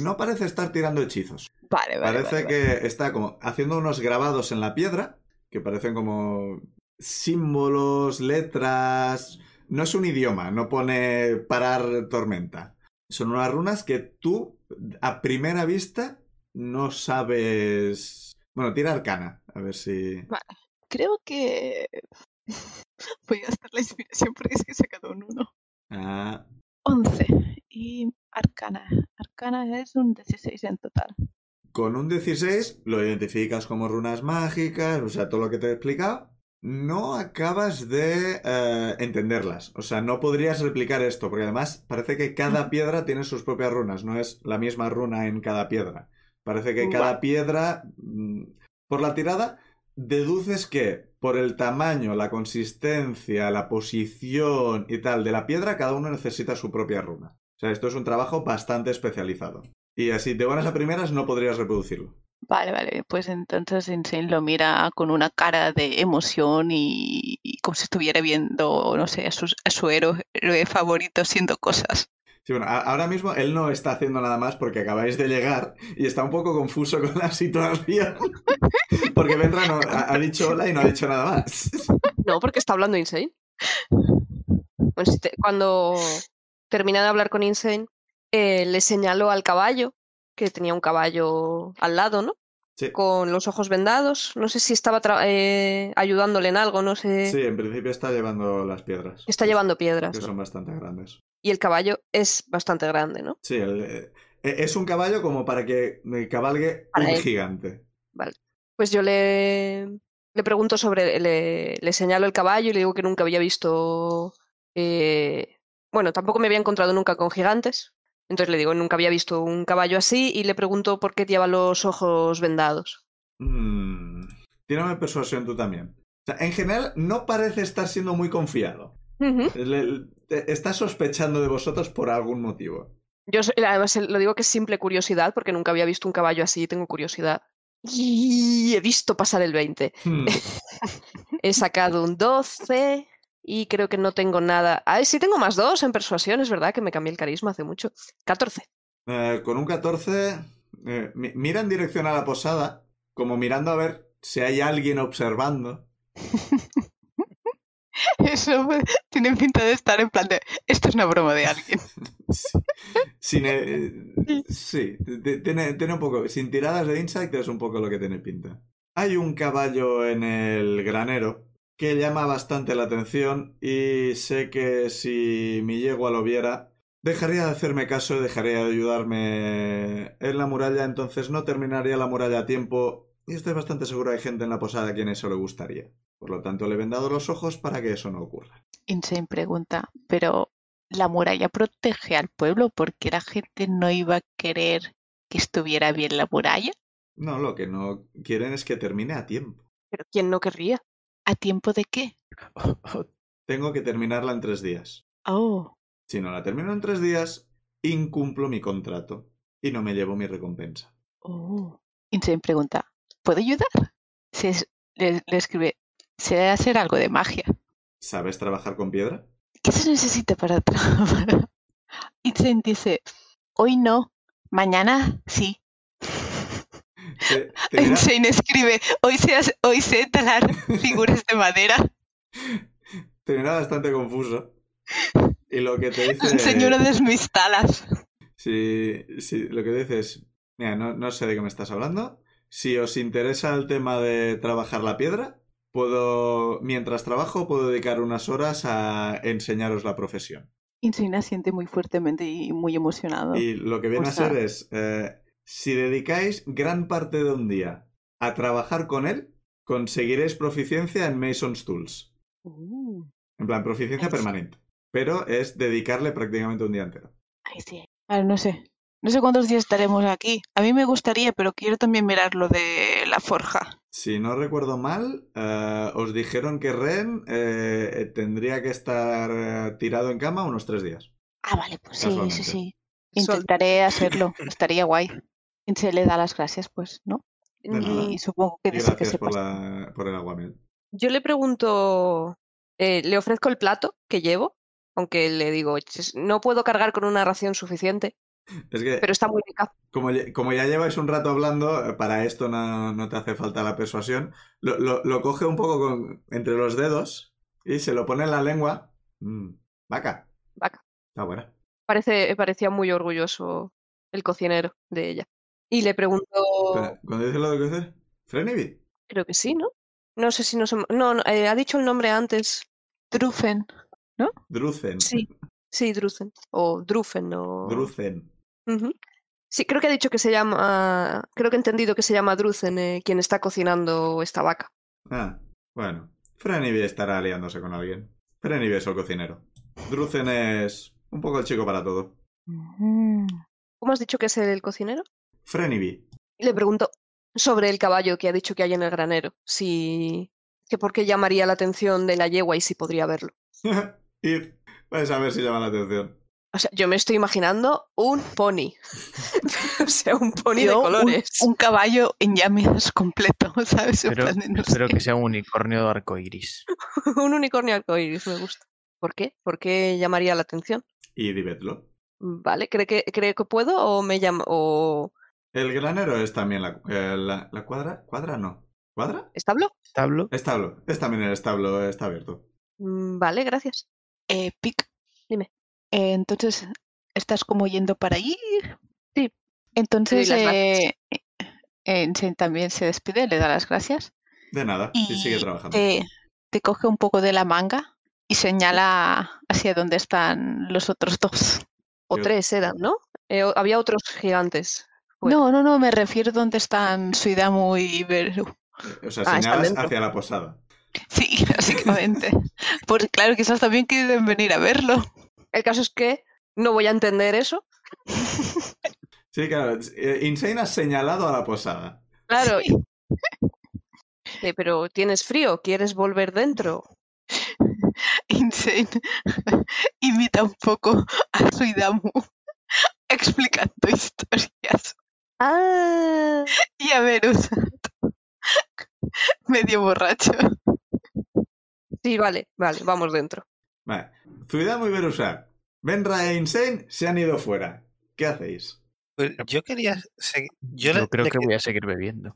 S1: No parece estar tirando hechizos.
S5: Vale, vale.
S1: Parece
S5: vale, vale.
S1: que está como haciendo unos grabados en la piedra que parecen como símbolos, letras. No es un idioma, no pone parar tormenta. Son unas runas que tú, a primera vista, no sabes. Bueno, tira arcana, a ver si.
S5: Creo que voy a gastar la inspiración porque es que he sacado un 1.
S1: Ah,
S5: 11. Y arcana. Arcana es un 16 en total.
S1: Con un 16 lo identificas como runas mágicas, o sea, todo lo que te he explicado. No acabas de eh, entenderlas. O sea, no podrías replicar esto, porque además parece que cada piedra tiene sus propias runas, no es la misma runa en cada piedra. Parece que cada piedra, mm, por la tirada, deduces que por el tamaño, la consistencia, la posición y tal de la piedra, cada uno necesita su propia runa. O sea, esto es un trabajo bastante especializado. Y así, de buenas a primeras, no podrías reproducirlo.
S5: Vale, vale. Pues entonces Insane lo mira con una cara de emoción y, y como si estuviera viendo, no sé, a, sus- a su héroe, héroe favorito haciendo cosas.
S1: Sí, bueno, a- ahora mismo él no está haciendo nada más porque acabáis de llegar y está un poco confuso con la situación. Porque Vendra no, ha, ha dicho hola y no ha dicho nada más.
S4: No, porque está hablando Insane. Bueno, si te- cuando termina de hablar con Insane, eh, le señalo al caballo, que tenía un caballo al lado, ¿no?
S1: Sí,
S4: Con los ojos vendados. No sé si estaba tra- eh, ayudándole en algo, no sé.
S1: sí, en principio está llevando las piedras.
S4: Está llevando piedras.
S1: Que
S4: ¿no?
S1: son bastante grandes.
S4: Y el caballo es bastante grande, ¿no?
S1: Sí, el- eh, es un caballo como para que eh, cabalgue
S4: Para
S1: un
S4: él.
S1: gigante.
S4: Pues yo le, le pregunto sobre, le, le señalo el caballo y le digo que nunca había visto, eh, bueno, tampoco me había encontrado nunca con gigantes. Entonces le digo, nunca había visto un caballo así y le pregunto por qué lleva los ojos vendados.
S1: Mm, tírame persuasión tú también. O sea, en general, no parece estar siendo muy confiado. Le- le- eh, está sospechando de vosotros por algún motivo.
S4: Yo so- además lo digo que es simple curiosidad porque nunca había visto un caballo así y tengo curiosidad. Y he visto pasar el 20.
S1: Hmm.
S4: He sacado un 12 y creo que no tengo nada. Ah, sí tengo más dos en persuasión, es verdad que me cambié el carisma hace mucho. 14.
S1: Eh, con un 14, eh, mi- mira en dirección a la posada, como mirando a ver si hay alguien observando.
S5: Eso pues, tiene pinta de estar en plan de, esto es una broma de alguien.
S1: Sí, sin, eh, sí, t- tiene, tiene un poco. Sin tiradas de insight es un poco lo que tiene pinta. Hay un caballo en el granero que llama bastante la atención y sé que si mi yegua lo viera, dejaría de hacerme caso y dejaría de ayudarme en la muralla, entonces no terminaría la muralla a tiempo y estoy bastante seguro que hay gente en la posada a quien eso le gustaría. Por lo tanto, le he vendado los ojos para que eso no ocurra.
S5: Insane pregunta, pero la muralla protege al pueblo porque la gente no iba a querer que estuviera bien la muralla.
S1: No, lo que no quieren es que termine a tiempo.
S4: Pero ¿quién no querría?
S5: ¿A tiempo de qué?
S1: Tengo que terminarla en tres días.
S5: Oh,
S1: Si no la termino en tres días, incumplo mi contrato y no me llevo mi recompensa.
S5: oh. Insane pregunta, ¿puedo ayudar? Se es- le, le escribe, se debe hacer algo de magia.
S1: ¿Sabes trabajar con piedra?
S5: ¿Qué se necesita para trabajar? Insane dice, hoy no, mañana sí.
S1: Te, te dirá-
S5: Insane escribe, hoy se, hace- hoy sé talar figuras de madera.
S1: te dirá bastante confuso. Y lo que te dice...
S5: Enseño una de mis talas.
S1: Si, si lo que dices, mira, no, no sé de qué me estás hablando. Si os interesa el tema de trabajar la piedra, puedo, mientras trabajo, puedo dedicar unas horas a enseñaros la profesión.
S5: Insane siente muy fuertemente y muy emocionado.
S1: Y lo que viene
S5: O
S1: a
S5: sea-
S1: ser es, eh, si dedicáis gran parte de un día a trabajar con él, conseguiréis proficiencia en Mason's Tools.
S5: Uh,
S1: En plan, proficiencia
S5: Nice.
S1: permanente. Pero es dedicarle prácticamente un día entero.
S5: ay, sí. A ver, no sé. No sé cuántos días estaremos aquí. A mí me gustaría, pero quiero también mirar lo de la forja.
S1: Si no recuerdo mal, eh, os dijeron que Ren eh, eh, tendría que estar eh, tirado en cama unos tres días.
S5: Ah, vale, pues sí,
S1: Casualmente.
S5: sí, sí.
S4: Sol-
S5: Intentaré hacerlo. Estaría guay. Insane le da las gracias, pues, ¿no?
S1: De nada.
S5: Y supongo que
S1: Y
S5: desde que
S1: gracias
S5: se
S1: por,
S5: pase.
S1: la, por el aguamiel.
S4: Yo le pregunto, eh, le ofrezco el plato que llevo, aunque le digo, "Chis- no puedo cargar con una ración suficiente,
S1: Es que,
S4: pero está muy rica.
S1: Como, lle- como ya lleváis un rato hablando, eh, para esto no, no te hace falta la persuasión. Lo, lo- lo coge un poco con- entre los dedos y se lo pone en la lengua. Mm, vaca.
S4: Vaca.
S1: Está buena.
S4: Parece, parecía muy orgulloso el cocinero de ella. Y le preguntó,
S1: Espera, cuando dices lo de crecer, Frenivy.
S4: creo que sí, ¿no? No sé si nos... hem- No, no, eh, ha dicho el nombre antes.
S5: Trufen.
S1: Druzen.
S4: Sí, sí, Drusen. O Drufen, o...
S1: Druzen.
S4: Ujú. Sí, creo que ha dicho que se llama... Creo que he entendido que se llama Drusen eh, quien está cocinando esta vaca.
S1: Ah, bueno. Frenivy estará aliándose con alguien. Frenivy es el cocinero. Druzen es un poco el chico para todo.
S5: Mm.
S4: ¿Cómo has dicho que es el cocinero?
S1: Frenivy.
S4: Y le pregunto sobre el caballo que ha dicho que hay en el granero. Si... Que por qué llamaría la atención de la yegua y si podría verlo.
S1: Ir. Vais a ver si llama la atención.
S4: O sea, yo me estoy imaginando un pony. o sea, un pony de
S5: Yo, un-
S4: colores.
S5: Un, caballo en llamas completo, ¿sabes? En
S2: Pero
S5: plan de, no
S2: espero
S5: sé.
S2: que sea un unicornio de arcoiris.
S4: Un, unicornio arcoíris me gusta. ¿Por qué? ¿Por qué llamaría la atención?
S1: Y divedlo.
S4: Vale, ¿cree que, cree que puedo o me llama o
S1: El granero es también la, eh, la- la cuadra. ¿Cuadra no? ¿Cuadra?
S4: establo?
S2: Tablo.
S1: Establo. Es también el establo, está abierto.
S4: Mm, Vale, gracias.
S5: Eh, Pic.
S4: Dime.
S5: eh, entonces, ¿estás como yendo para allí?
S4: Sí.
S5: Entonces,
S4: las gracias.
S5: eh, eh, se- también se despide, le da las gracias.
S1: De nada.
S5: Y
S1: Y sigue trabajando.
S5: Te, te coge un poco de la manga y señala hacia dónde están los otros dos.
S4: O
S1: Yo-
S4: tres eran, ¿no? Eh, o- había otros gigantes. fuera.
S5: No, no, no, me refiero a dónde están Suidamu y Beru.
S1: O sea,
S4: Ah, están
S1: señalas
S4: dentro.
S1: hacia la posada.
S5: Sí, básicamente. Porque claro, quizás también quieren venir a verlo.
S4: El caso es que no voy a entender eso.
S1: Sí, claro. eh, Insane has señalado a la posada.
S4: Claro,
S5: Sí.
S4: eh, pero tienes frío, quieres volver dentro.
S5: Insane imita un poco a Suidamu explicando historias
S4: Ah,
S5: y a Verusat medio borracho.
S4: sí, vale, vale, vamos dentro.
S1: Vale. Zuidamu y Berusat. Benra e Insane se han ido fuera. ¿Qué hacéis?
S3: Pues Yo quería, se- yo,
S2: Yo,
S3: le-
S2: creo
S3: le
S2: que
S3: que-
S2: voy a seguir bebiendo.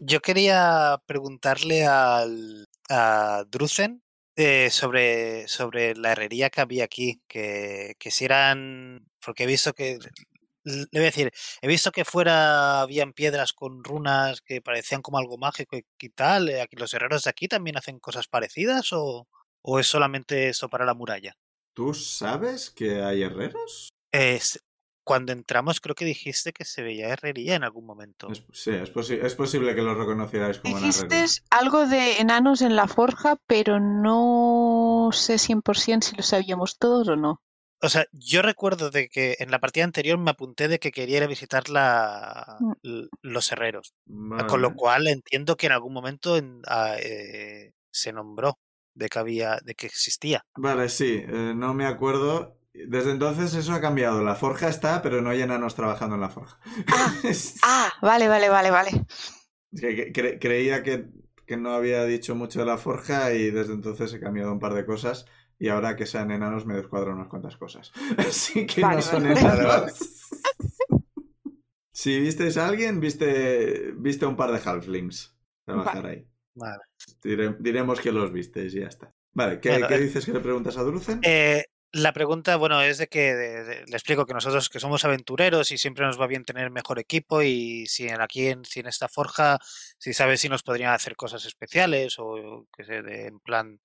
S3: yo quería preguntarle al, a Drusen eh, sobre, sobre la herrería que había aquí, que, que si eran, porque he visto que, le voy a decir, he visto que fuera habían piedras con runas que parecían como algo mágico y, y tal, eh, aquí, ¿los herreros de aquí también hacen cosas parecidas o, o es solamente eso para la muralla?
S1: ¿Tú sabes que hay herreros?
S3: Es, cuando entramos creo que dijiste que se veía herrería en algún momento.
S1: Es- sí, es, posi- es posible que los reconocierais como un
S5: Dijiste
S1: herrero.
S5: algo de enanos en la forja, pero no sé 100% si lo sabíamos todos o no.
S3: O sea, yo recuerdo de que en la partida anterior me apunté de que quería ir a visitar la,
S5: Mm.
S3: l- los herreros, Ah, con
S1: Vale.
S3: lo cual entiendo que en algún momento en- ah, eh, se nombró de que había, de que existía.
S1: Vale, sí, eh, no me acuerdo. Desde entonces eso ha cambiado. La forja está, pero no hay enanos trabajando en la forja.
S5: Ah,
S1: Es
S5: Ah, vale, vale, vale, vale.
S1: que- que cre- creía que, que no había dicho mucho de la forja y desde entonces he cambiado un par de cosas. Y ahora que sean enanos me descuadro unas cuantas cosas. Así que no
S4: Vale,
S1: son
S5: vale.
S1: enanos.
S3: Vale, vale.
S1: Si visteis a alguien, viste, viste a un par de halflings trabajar ahí.
S3: Vale.
S1: Dire- diremos que los visteis y ya está. Vale, ¿qué,
S3: Bueno,
S1: qué
S3: eh,
S1: dices que le preguntas a Drucen?
S3: Eh, la pregunta, bueno, es de que de- de- le explico que nosotros que somos aventureros y siempre nos va bien tener mejor equipo y si en aquí en, si en esta forja, si sabes si nos podrían hacer cosas especiales o que sé, de- en plan,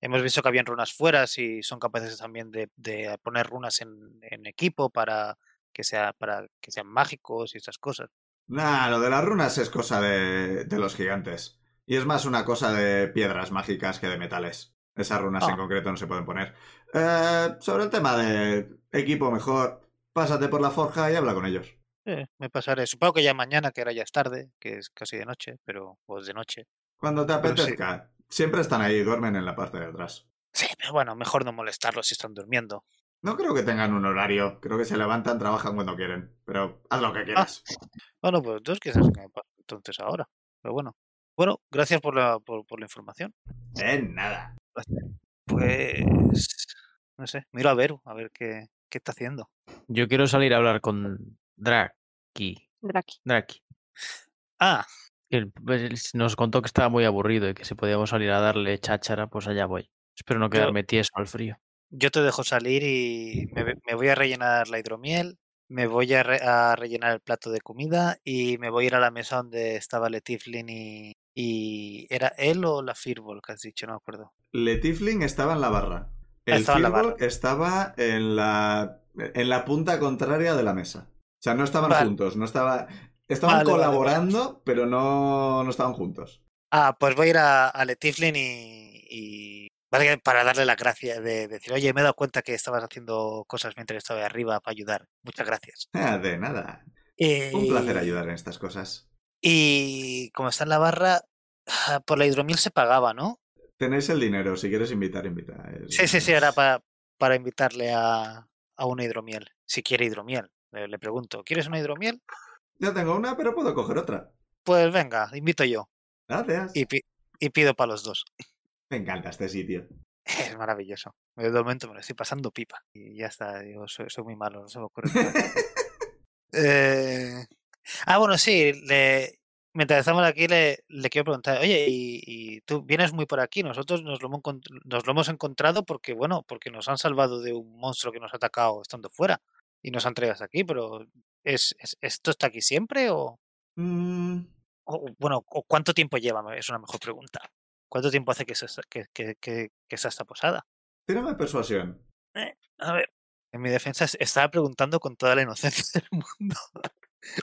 S3: hemos visto que habían runas fuera, si son capaces también de, de poner runas en, en equipo para que sea para que sean mágicos y esas cosas.
S1: Nah, lo de las runas es cosa de, de los gigantes. Y es más una cosa de piedras mágicas que de metales. Esas runas en
S5: Ah.
S1: concreto no se pueden poner. Eh, sobre el tema de equipo mejor, pásate por la forja y habla con ellos.
S3: Eh, me pasaré, supongo que ya mañana, que ahora ya es tarde, que es casi de noche, pero o es de noche.
S1: Cuando te
S3: Pero sí.
S1: apetezca. Siempre están ahí, duermen en la parte de atrás.
S3: Sí, pero bueno, mejor no molestarlos si están durmiendo.
S1: No creo que tengan un horario. Creo que se levantan, trabajan cuando quieren. Pero haz lo que quieras.
S3: Bueno, pues entonces quizás que me pase entonces ahora. Pero bueno. Bueno, gracias por la, por, por la información.
S1: Eh, nada.
S3: Pues no sé, miro a Veru, a ver qué, qué está haciendo.
S2: Yo quiero salir a hablar con Draki.
S4: Draki.
S2: Draki.
S3: Ah,
S2: que el- el- nos contó que estaba muy aburrido y que si podíamos salir a darle cháchara, pues allá voy. Espero no
S3: Pero-
S2: quedarme tieso al frío.
S3: yo te dejo salir y me, me voy a rellenar la hidromiel, me voy a, re- a rellenar el plato de comida y me voy a ir a la mesa donde estaba Letiflin y, y ¿era él o la Firbol que has dicho? No me acuerdo.
S1: Letifling estaba en la barra. El
S3: Estaba en la
S1: Firbolg
S3: barra.
S1: estaba en la, en la punta contraria de la mesa. O sea, no estaban
S3: Vale.
S1: juntos, no estaba... Estaban
S3: Vale, vale, vale.
S1: colaborando, pero no, no estaban juntos.
S3: Ah, pues voy a ir a, a Letiflin y, y- vale, para darle las gracias de, decir, oye, me he dado cuenta que estabas haciendo cosas mientras estaba ahí arriba para ayudar. Muchas gracias.
S1: Ah, de nada. Un placer
S3: Y-
S1: ayudar en estas cosas.
S3: Y como está en la barra, ah, por la hidromiel se pagaba, ¿no?
S1: Tenéis el dinero, si quieres invitar, invita. Es-
S3: Sí, sí, sí,
S1: es-
S3: era para, para invitarle a, a una hidromiel. Si quiere hidromiel, le, le pregunto, ¿quieres una hidromiel?
S1: Yo tengo una, pero puedo coger otra.
S3: Pues venga, invito yo.
S1: Gracias.
S3: Y, pi- y pido para los dos.
S1: Me encanta este sitio.
S3: Es maravilloso. De momento me lo estoy pasando pipa. Y ya está, digo, soy, soy muy malo, no se me ocurre nada. Eh, Ah, bueno, sí. le- Mientras estamos aquí, le, le quiero preguntar, oye, ¿y, y tú vienes muy por aquí? Nosotros nos lo, hemos encont- nos lo hemos encontrado porque, bueno, porque nos han salvado de un monstruo que nos ha atacado estando fuera y nos han traído hasta aquí, pero ¿es, es- esto está aquí siempre? O,
S1: Mm,
S3: o, bueno, o ¿cuánto tiempo lleva? Es una mejor pregunta. ¿Cuánto tiempo hace que, se está- que, que, que- que está esta posada?
S1: tírame persuasión.
S3: A ver, en mi defensa es- estaba preguntando con toda la inocencia del mundo.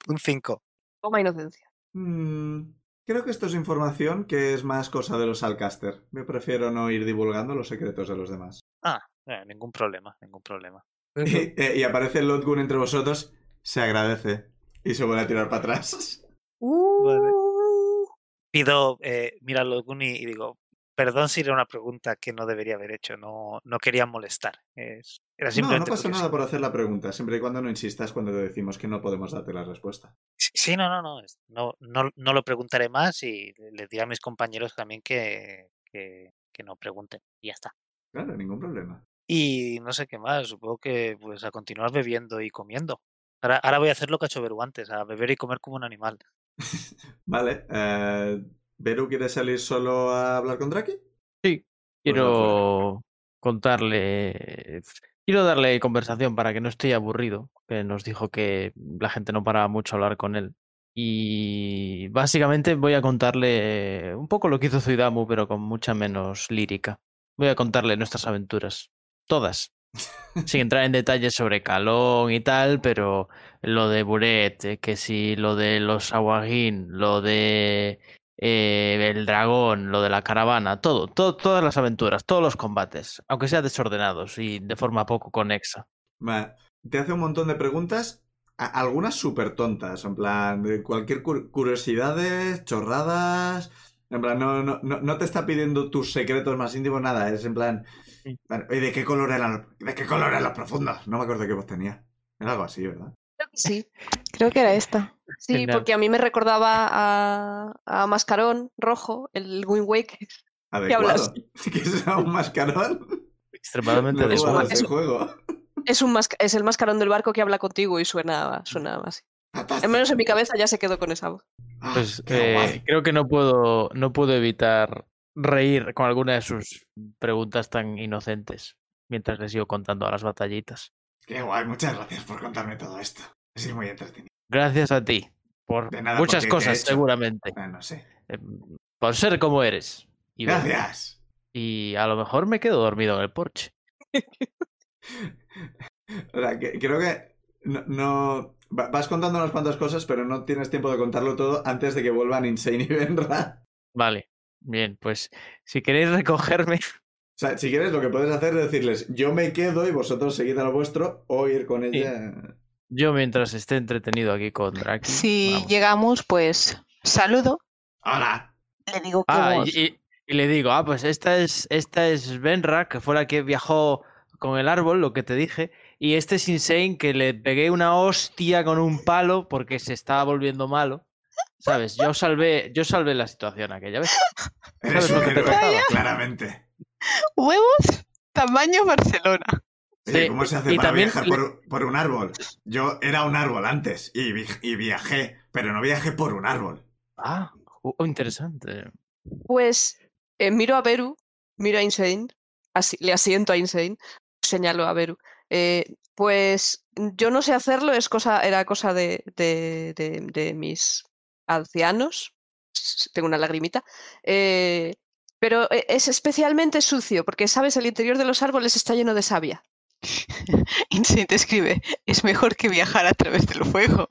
S3: un 5.
S4: Toma inocencia.
S1: Mm, creo que esto es información que es más cosa de los Alcaster. Yo prefiero no ir divulgando los secretos de los demás.
S3: Ah, eh, ningún problema, ningún problema.
S1: Y, eh, y aparece Lotgun entre vosotros, se agradece y se vuelve a tirar para atrás.
S3: Vale.
S4: Uh,
S3: Pido, eh, mira a Logun y, y digo, perdón si era una pregunta que no debería haber hecho, no, no quería molestar. es-
S1: No,
S3: era
S1: no
S3: simplemente
S1: pasa
S3: curiosidad.
S1: nada por hacer la pregunta, siempre y cuando no insistas cuando te decimos que no podemos darte la respuesta.
S3: Sí, sí, no, no, no, es- no, no, no lo preguntaré más y les diré a mis compañeros también que, que, que no pregunten y ya está.
S1: Claro, ningún problema.
S3: Y no sé qué más, supongo que pues a continuar bebiendo y comiendo. Ahora, ahora voy a hacer lo que ha hecho Beru antes, a beber y comer como un animal.
S1: Vale, eh, ¿Beru quiere salir solo a hablar con Draki?
S2: Quiero contarle. Quiero darle conversación para que no esté aburrido. Que nos dijo que la gente no paraba mucho a hablar con él. Y básicamente voy a contarle un poco lo que hizo Zuidamu, pero con mucha menos lírica. Voy a contarle nuestras aventuras. Todas. Sin entrar en detalles sobre Calón y tal, pero lo de Buret, eh, que si lo de los Aguagín, lo de eh, el dragón, lo de la caravana, todo, todo, todas las aventuras, todos los combates, aunque sean desordenados y de forma poco conexa.
S1: Va, Te hace un montón de preguntas, a- algunas súper tontas, en plan, de cualquier cur- curiosidades, chorradas. En plan, no, no, no, no te está pidiendo tus secretos más íntimos, nada. Es en plan,
S2: Sí.
S1: bueno, ¿y de qué color eran, de qué color eran los profundos? No me acuerdo qué voz tenía. Era algo así, ¿verdad?
S4: Creo que sí.
S6: Creo que era esta.
S4: Sí,
S2: Genial.
S4: porque a mí me recordaba a, a Mascarón Rojo, el Wind Waker. hablas?
S1: Adecuado. Que es un mascarón.
S2: Extremadamente
S1: No he jugado
S2: desigual.
S4: desigual.
S1: ese juego.
S4: Es, un masca- es el mascarón del barco que habla contigo y suena, suena así. Al menos en mi cabeza ya se quedó con esa voz.
S1: Ah,
S2: Pues
S1: qué
S2: eh,
S1: guay.
S2: creo que no puedo, no puedo evitar reír con alguna de sus preguntas tan inocentes mientras les sigo contando a las batallitas.
S1: Qué guay, muchas gracias por contarme todo esto. Ha sido muy entretenido.
S2: Gracias a ti por
S1: De nada,
S2: muchas
S1: porque te he
S2: cosas,
S1: hecho.
S2: seguramente.
S1: Ah, no sé.
S2: Eh, Por ser como eres. Y bueno,
S1: Gracias.
S2: Y a lo mejor me quedo dormido en el porche.
S1: O sea, que- creo que no, no- va- vas contando unas cuantas cosas, pero no tienes tiempo de contarlo todo antes de que vuelvan Insane y Benra.
S2: Vale, bien, pues si queréis recogerme,
S1: O sea, si quieres, lo que puedes hacer es decirles, yo me quedo y vosotros seguid a lo vuestro o ir con ella.
S2: yo mientras esté entretenido aquí con Draki.
S5: Si
S2: vamos.
S5: llegamos, pues saludo.
S1: ¡Hola!
S5: Le digo que
S2: Ah,
S5: hemos-
S2: y, y- y le digo, ah, pues esta es, esta es Benra, que fue la que viajó con el árbol, lo que te dije. Y este es Insane, que le pegué una hostia con un palo porque se estaba volviendo malo. ¿Sabes? Yo salvé, yo salvé la situación aquella vez.
S1: Eres
S2: ¿Sabes lo
S1: un
S2: que te
S1: héroe,
S2: faltaba?
S1: claramente.
S5: huevos tamaño Barcelona.
S1: Oye,
S2: Sí,
S1: ¿Cómo se hace
S2: y
S1: para
S2: también
S1: viajar
S2: le-
S1: por, por un árbol? Yo era un árbol antes y, vi- y viajé, pero no viajé por un árbol.
S2: Ah, oh, interesante.
S4: Pues eh, miro a Beru, miro a Insane, así, le asiento a Insane señalo a Beru. Eh, pues yo no sé hacerlo, es cosa, era cosa de, de, de- de mis ancianos. S- Tengo una lagrimita. Eh, pero e- es especialmente sucio, porque sabes, el interior de los árboles está lleno de savia.
S5: Insane te escribe, es mejor que viajar a través del fuego.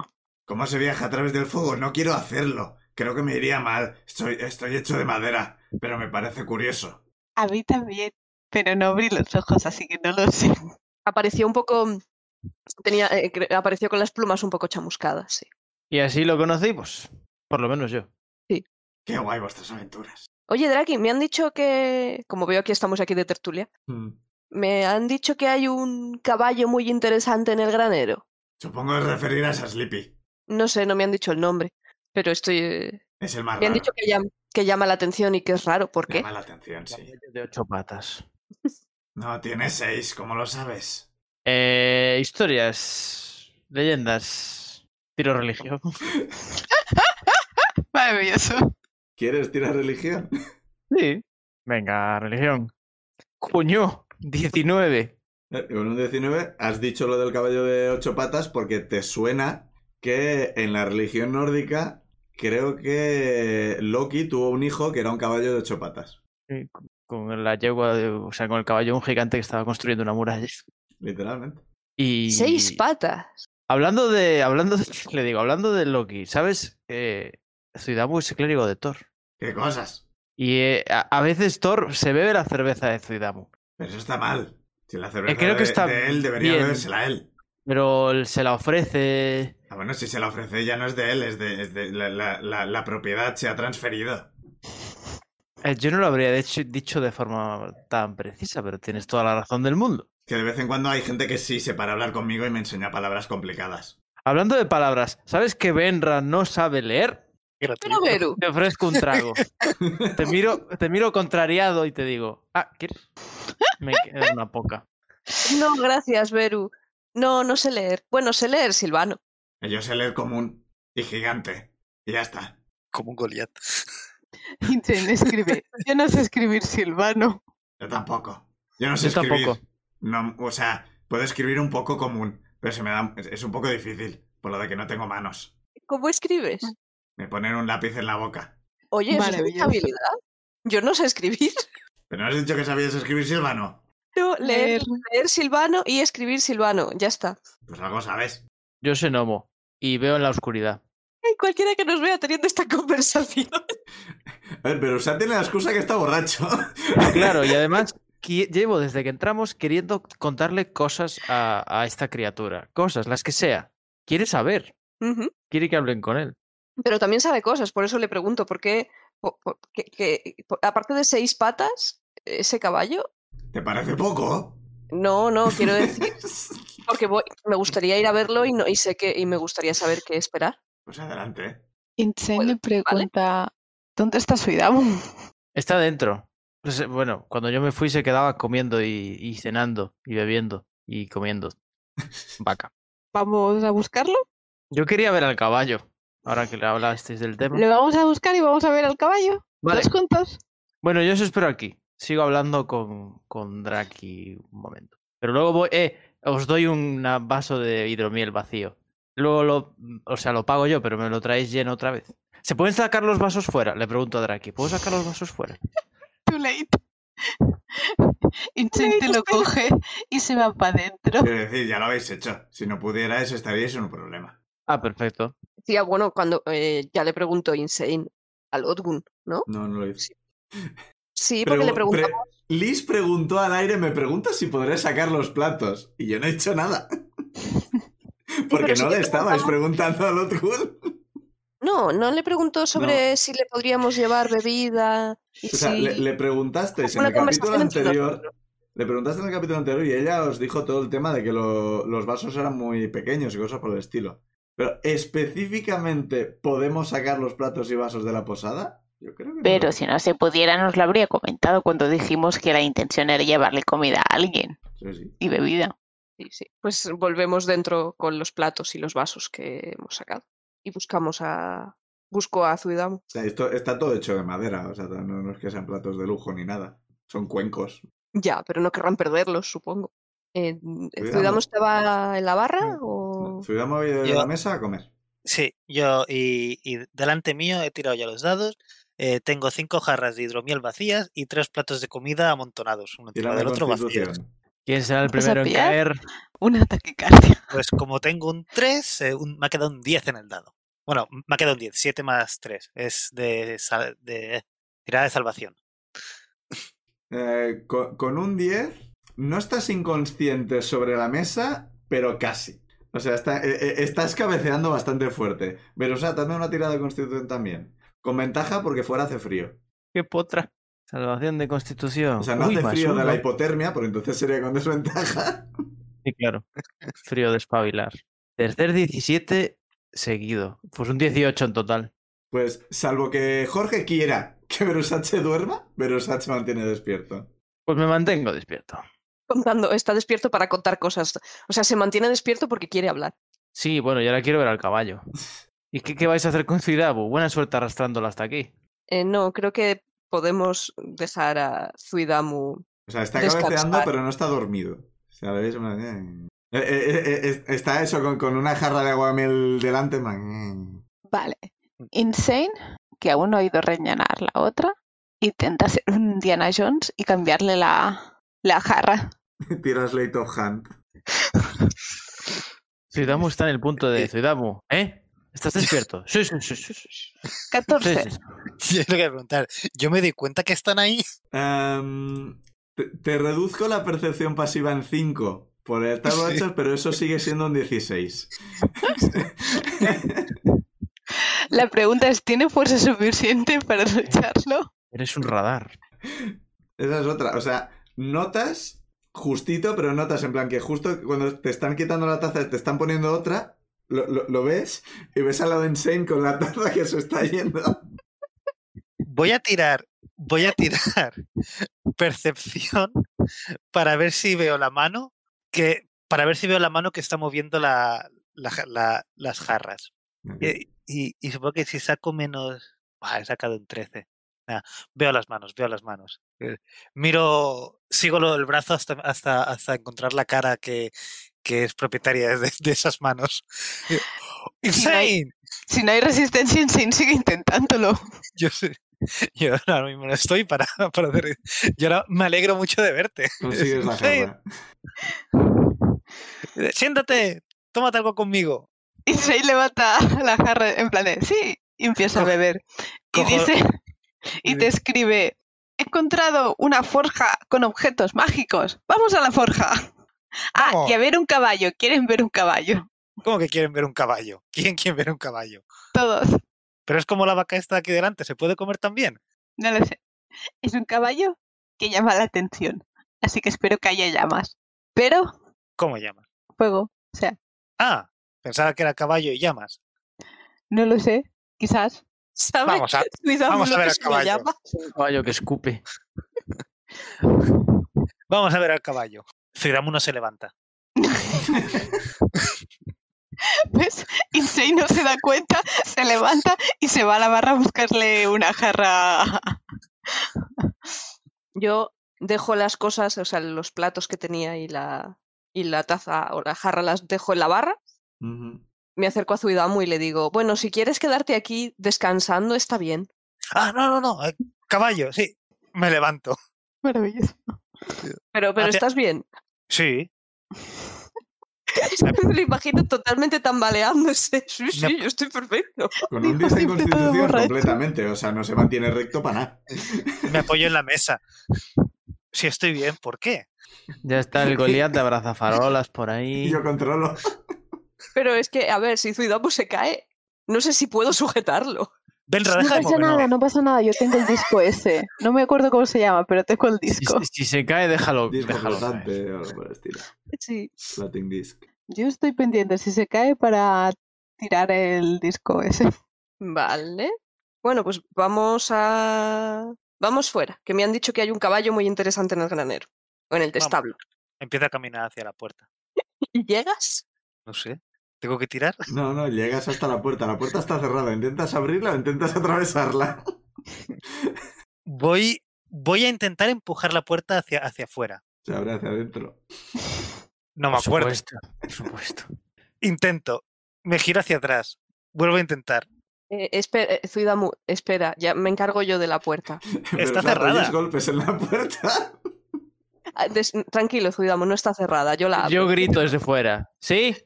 S1: ¿Cómo se viaja a través del fuego? No quiero hacerlo. Creo que me iría mal. Estoy, estoy hecho de madera, pero me parece curioso.
S5: A mí también, pero no abrí los ojos, así que no lo sé.
S4: Apareció un poco. mm, Tenía, eh, cre- apareció con las plumas un poco chamuscadas, sí.
S2: Y así lo conocimos. Por lo menos yo.
S1: Qué guay vuestras aventuras.
S4: Oye, Draki, me han dicho que. Como veo aquí estamos aquí de tertulia.
S2: Mm.
S4: Me han dicho que hay un caballo muy interesante en el granero.
S1: Supongo que referirás a Sleepy.
S4: No sé, no me han dicho el nombre, pero estoy. eh,
S1: Es el más
S4: Me han
S1: raro.
S4: dicho que llam- que llama la atención y que es raro, ¿por qué?
S1: Llama la atención, sí.
S2: De ocho patas.
S1: No, tiene seis, ¿cómo lo sabes?
S2: Eh, historias, leyendas, tiro religión.
S5: Maravilloso.
S1: ¿Quieres tirar religión?
S2: Sí. Venga, religión. Coño, 19.
S1: Eh, Con un 19 has dicho lo del caballo de ocho patas porque te suena que en la religión nórdica creo que Loki tuvo un hijo que era un caballo de ocho patas.
S2: Sí, con- Con la yegua, de- o sea, con el caballo de un gigante que estaba construyendo una muralla.
S1: Literalmente.
S2: Y
S4: Seis patas.
S2: hablando de, hablando de- le digo, hablando de Loki, ¿sabes? Eh, Zuidamu es clérigo de Thor.
S1: ¿Qué cosas?
S2: Y eh, a, a veces Thor se bebe la cerveza de Zuidamu.
S1: Pero eso está mal. Si la cerveza
S2: Eh, creo que
S1: de,
S2: está
S1: de él debería
S2: bien.
S1: bebérsela él.
S2: Pero él se la ofrece.
S1: Ah, bueno, si se la ofrece ya no es de él, es de, es de- la, la- la- la propiedad se ha transferido.
S2: Eh, Yo no lo habría de hecho- dicho de forma tan precisa, pero tienes toda la razón del mundo.
S1: Que de vez en cuando hay gente que sí se para a hablar conmigo y me enseña palabras complicadas.
S2: Hablando de palabras, ¿sabes que Benra no sabe leer?
S4: Pero
S3: Gratuito.
S4: Beru,
S2: Te ofrezco un trago. Te miro, te miro contrariado y te digo, ah, ¿quieres? Me queda una poca.
S4: no, gracias, Beru. No, no sé leer. Bueno, sé leer, Silvano.
S1: Yo sé leer común y gigante. Y ya está.
S3: Como un Goliat.
S5: Insane te escribe, yo no sé escribir silvano.
S1: Yo tampoco. Yo no sé
S2: Yo
S1: escribir.
S2: tampoco.
S1: No, o sea, puedo escribir un poco común, pero se me da, es- es un poco difícil, por lo de que no tengo manos.
S4: ¿Cómo escribes?
S1: Me ponen un lápiz en la boca.
S4: Oye, ¿eso es mucha
S5: Maravilloso.
S4: habilidad? Yo no sé escribir.
S1: ¿Pero no has dicho que sabías escribir silvano?
S4: No, leer, leer Silvano y escribir Silvano. Ya está.
S1: Pues algo sabes.
S2: Yo soy Nomo y veo en la oscuridad.
S4: Ay, cualquiera que nos vea teniendo esta conversación.
S1: A ver, pero Usad tiene la excusa que está borracho.
S2: Claro, y además qui- llevo desde que entramos queriendo contarle cosas a, a esta criatura. Cosas, las que sea. Quiere saber.
S4: Ujú.
S2: Quiere que hablen con él.
S4: Pero también sabe cosas, por eso le pregunto, ¿por qué? po- po- que- que- po- aparte de seis patas, ese caballo.
S1: ¿Te parece poco?
S4: No, no, quiero decir, porque voy- me gustaría ir a verlo y, no, y sé que y me gustaría saber qué esperar.
S1: Pues adelante.
S5: Insane
S4: Bueno,
S5: le pregunta, ¿dónde está Suidamu?
S2: Está dentro. Pues, eh, bueno, cuando yo me fui se quedaba comiendo y, y cenando y bebiendo y comiendo. Vaca.
S5: ¿Vamos a buscarlo?
S2: Yo quería ver al caballo, ahora que le hablasteis del tema.
S5: Lo vamos a buscar y vamos a ver al caballo.
S2: Vale.
S5: Todos juntos.
S2: Bueno, yo os espero aquí. Sigo hablando con, con Draki un momento. Pero luego voy. Eh, os doy un vaso de hidromiel vacío. Luego lo. mm, O sea, lo pago yo, pero me lo traéis lleno otra vez. ¿Se pueden sacar los vasos fuera? Le pregunto a Draki. ¿Puedo sacar los vasos fuera?
S5: Too late. Insane te lo coge y se va para adentro.
S1: Quiero decir, ya lo habéis hecho. Si no pudierais, estaríais en un problema.
S2: Ah, perfecto.
S4: Decía, bueno, cuando eh, ya le pregunto Insane al Odgun, ¿no?
S1: No, no lo hice.
S4: Sí, porque le pregunto.
S1: Liz preguntó al aire, me pregunta si podré sacar los platos. Y yo no he hecho nada. Porque
S4: pero sí
S1: no
S4: que
S1: le estabais preguntando al otro.
S4: No, no le preguntó sobre si le podríamos llevar bebida. y
S1: O sea,
S4: si-
S1: le, le preguntasteis en
S4: Una
S1: el capítulo
S4: conversación entre
S1: anterior.
S4: nosotros.
S1: Le preguntaste en el capítulo anterior y ella os dijo todo el tema de que lo- los vasos eran muy pequeños y cosas por el estilo. Pero específicamente, ¿podemos sacar los platos y vasos de la posada? Yo creo que no.
S6: Pero si no se pudiera, nos lo habría comentado cuando dijimos que la intención era llevarle comida a alguien
S1: Sí, sí.
S6: y bebida.
S4: Sí, sí. Pues volvemos dentro con los platos y los vasos que hemos sacado. Y buscamos a. Busco a Zuidamu.
S1: O sea, esto está todo hecho de madera. O sea, no, no es que sean platos de lujo ni nada. Son cuencos.
S4: Ya, pero no querrán perderlos, supongo. Eh,
S1: Cuidado.
S4: ¿Zuidamo estaba en la barra
S1: Mm.
S2: Oh.
S4: o...?
S1: Zuidamo ha ido de
S3: Yo-
S1: la mesa a comer.
S3: Sí, yo y, y delante mío he tirado ya los dados. eh, tengo cinco jarras de hidromiel vacías y tres platos de comida amontonados, uno
S1: Tira
S3: encima
S1: la
S3: del otro vacíos.
S1: constitución.
S2: ¿Quién será el
S5: ¿Vas a
S2: primero en
S5: pillar?
S2: caer?
S5: Una taquicardia.
S3: Pues como tengo un 3, me ha quedado un 10 en el dado. Bueno, m- me ha quedado un 10, 7 más 3. Es de, sal- de eh, tirada de salvación.
S1: Eh, co- con, un 10, no estás inconsciente sobre la mesa, pero casi. O sea, está- eh, eh, estás cabeceando bastante fuerte. Pero, o sea, también una tirada de constitución también. Con ventaja porque fuera hace frío.
S2: ¡Qué potra! Salvación de constitución.
S1: O sea, no
S2: Uy,
S1: hace
S2: más
S1: frío de
S2: uno.
S1: la hipotermia, porque entonces sería con desventaja.
S2: Sí, claro. Frío de espabilar. Tercer 17 seguido. Pues un 18 en total.
S1: Pues, salvo que Jorge quiera que Verusat duerma, Verusat se mantiene despierto.
S2: Pues me mantengo despierto.
S4: Contando, está despierto para contar cosas. O sea, se mantiene despierto porque quiere hablar.
S2: Sí, bueno, y ahora quiero ver al caballo. ¿Y qué, qué vais a hacer con Zuidabu? Buena suerte arrastrándolo hasta aquí.
S4: Eh, no, creo que podemos dejar a Zuidamu.
S1: O sea, está
S4: Descansar.
S1: cabeceando, pero no está dormido. O sea, ¿veis? Una- eh, eh, eh, eh, es- está eso con, con una jarra de aguamiel delante. man.
S5: Vale. Insane, que aún no ha oído rellenar la otra, intenta ser un Diana Jones y cambiarle la, la jarra.
S1: eh, Tiras late of hand.
S2: Zuidamu está en el punto de Zuidamu. ¿Eh? ¿Estás despierto? Sí, sí, sí, sí, sí, sí,
S5: 14.
S2: sí.
S3: Yo lo que voy a preguntar. Yo me di cuenta que están ahí.
S1: Em, te, te reduzco la percepción pasiva en 5 por el tal borracho, pero eso sigue siendo un 16.
S5: La pregunta es, ¿tiene fuerza suficiente para lucharlo?
S2: Eres un radar.
S1: Esa es otra. O sea, notas justito, pero notas en plan que justo cuando te están quitando la taza, te están poniendo otra. Lo, lo- lo ves y ves al lado de Insane con la taza que se está yendo.
S3: Voy a tirar, voy a tirar percepción para ver si veo la mano que, para ver si veo la mano que está moviendo la- la ja- la- las jarras. Eh, Y, y supongo que si saco menos. Buah, he sacado un 13. Nah, veo las manos, veo las manos. Eh, Miro, sigo lo- el brazo hasta, hasta, hasta encontrar la cara que, que es propietaria de, de esas manos. Eh,
S5: Si no hay-
S3: ¡Insane!
S5: Si no hay resistencia, Insane sigue intentándolo.
S3: Yo, sé- yo ahora mismo no estoy para, para hacer. Yo ahora me alegro mucho de verte.
S1: Consigues la
S3: Insane.
S1: jarra.
S3: Eh, Siéntate, tómate algo conmigo.
S5: Insane levanta la jarra en plan de, sí, y empieza a
S3: Coge-
S5: beber. Y
S3: cojo-
S5: dice, y
S3: Dime.
S5: te escribe, he encontrado una forja con objetos mágicos. Vamos a la forja. Ah, y
S3: Vamos.
S5: a ver un caballo. ¿Quieren ver un caballo?
S3: ¿Cómo que quieren ver un caballo? ¿Quién quiere ver un caballo?
S5: Todos.
S3: Pero es como la vaca está aquí delante, ¿se puede comer también?
S5: No lo sé. Es un caballo que llama la atención. Así que espero que haya llamas. Pero,
S3: ¿Cómo llama?
S5: fuego. O sea,
S3: Ah, pensaba que era caballo y llamas.
S5: no lo sé. Quizás.
S4: ¿Sabe?
S3: Vamos a,
S4: Zuidamu
S3: vamos a
S4: lo
S3: ver
S4: que
S3: al
S4: se le
S3: caballo.
S4: llama.
S2: Un caballo que escupe.
S3: vamos a ver al caballo. Zuidamu no se levanta.
S5: ¿Ves? Pues, Insane no se da cuenta, se levanta y se va a la barra a buscarle una jarra.
S4: Yo dejo las cosas, o sea, los platos que tenía y la, y la taza o la jarra las dejo en la barra.
S1: Ujú.
S4: Me acerco a Zuidamu y le digo, bueno, si quieres quedarte aquí descansando, está bien.
S3: Ah, no, no, no. eh, Caballo, sí. Me levanto.
S5: Maravilloso.
S4: Pero, pero
S3: Hacia-
S4: estás bien.
S3: Sí.
S4: Me lo imagino totalmente tambaleándose. Sí,
S3: No.
S4: sí, yo estoy perfecto.
S1: Con un
S5: Dijo
S1: 10 en
S5: siempre todo
S1: constitución
S5: borracho.
S1: completamente, o sea, no se mantiene recto para nada.
S3: Me apoyo en la mesa. Si estoy bien, ¿por qué?
S2: Ya está el Goliat de abrazafarolas por ahí.
S1: Yo controlo.
S4: Pero es que, a ver, si Zuidamu se cae, no sé si puedo sujetarlo.
S3: Benra,
S6: No
S3: deja de
S6: pasa
S3: moverme.
S6: nada, no pasa nada. Yo tengo el disco ese. No me acuerdo cómo se llama, pero tengo el
S2: Si,
S6: disco.
S2: si- si se cae, déjalo.
S1: Disco
S2: déjalo caer.
S1: flotante o algo por el estilo.
S4: Sí.
S1: Floating disc.
S6: Yo estoy pendiente si se cae para tirar el disco ese.
S4: Vale. Bueno, pues vamos a... Vamos fuera, que me han dicho que hay un caballo muy interesante en el granero. O en el
S3: Vamos.
S4: establo.
S3: Empieza a caminar hacia la puerta.
S4: ¿Y llegas?
S3: No sé. ¿Tengo que tirar?
S1: No, no, llegas hasta la puerta. La puerta está cerrada. ¿Intentas abrirla o intentas atravesarla?
S3: Voy, voy a intentar empujar la puerta hacia, hacia afuera.
S1: Se abre hacia adentro.
S3: No me
S2: Por
S3: acuerdo.
S2: supuesto, por supuesto.
S3: Intento. Me giro hacia atrás. Vuelvo a intentar.
S4: Eh, espera, eh, Zuidamu, espera, ya me encargo yo de la puerta.
S1: Pero, o sea,
S3: cerrada.
S1: oyes golpes en la puerta.
S4: Ah, des- Tranquilo, Zuidamu, no está cerrada, yo la abro.
S1: Ah, pues.
S2: Yo grito desde fuera. ¿Sí?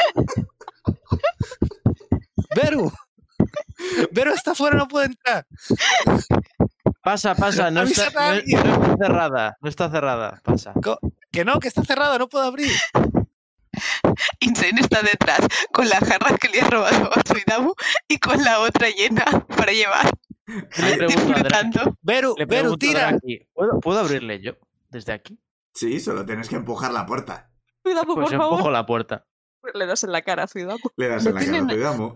S3: ¡Beru! ¡Beru está fuera, no puede entrar!
S2: Pasa, pasa. No está,
S3: Avisad a
S2: no-
S3: alguien.
S2: no está cerrada. No está cerrada. Pasa.
S3: ¡Que no, que está cerrada, no puedo abrir!
S5: Insane está detrás con la jarra que le ha robado a Suidamu y con la otra llena para llevar,
S2: Le pregunto a Draki.
S5: disfrutando.
S3: ¡Beru,
S2: Le pregunto
S3: Beru,
S2: a
S3: tira!
S2: Draki, ¿Puedo, ¿Puedo abrirle yo desde aquí?
S1: Sí, solo tienes que empujar la puerta.
S4: Zuidamu,
S2: Pues
S4: por favor.
S2: empujo la puerta.
S4: Le das en la cara a Zuidamu.
S1: Le das en la cara,
S5: tienen-
S1: cuidamos.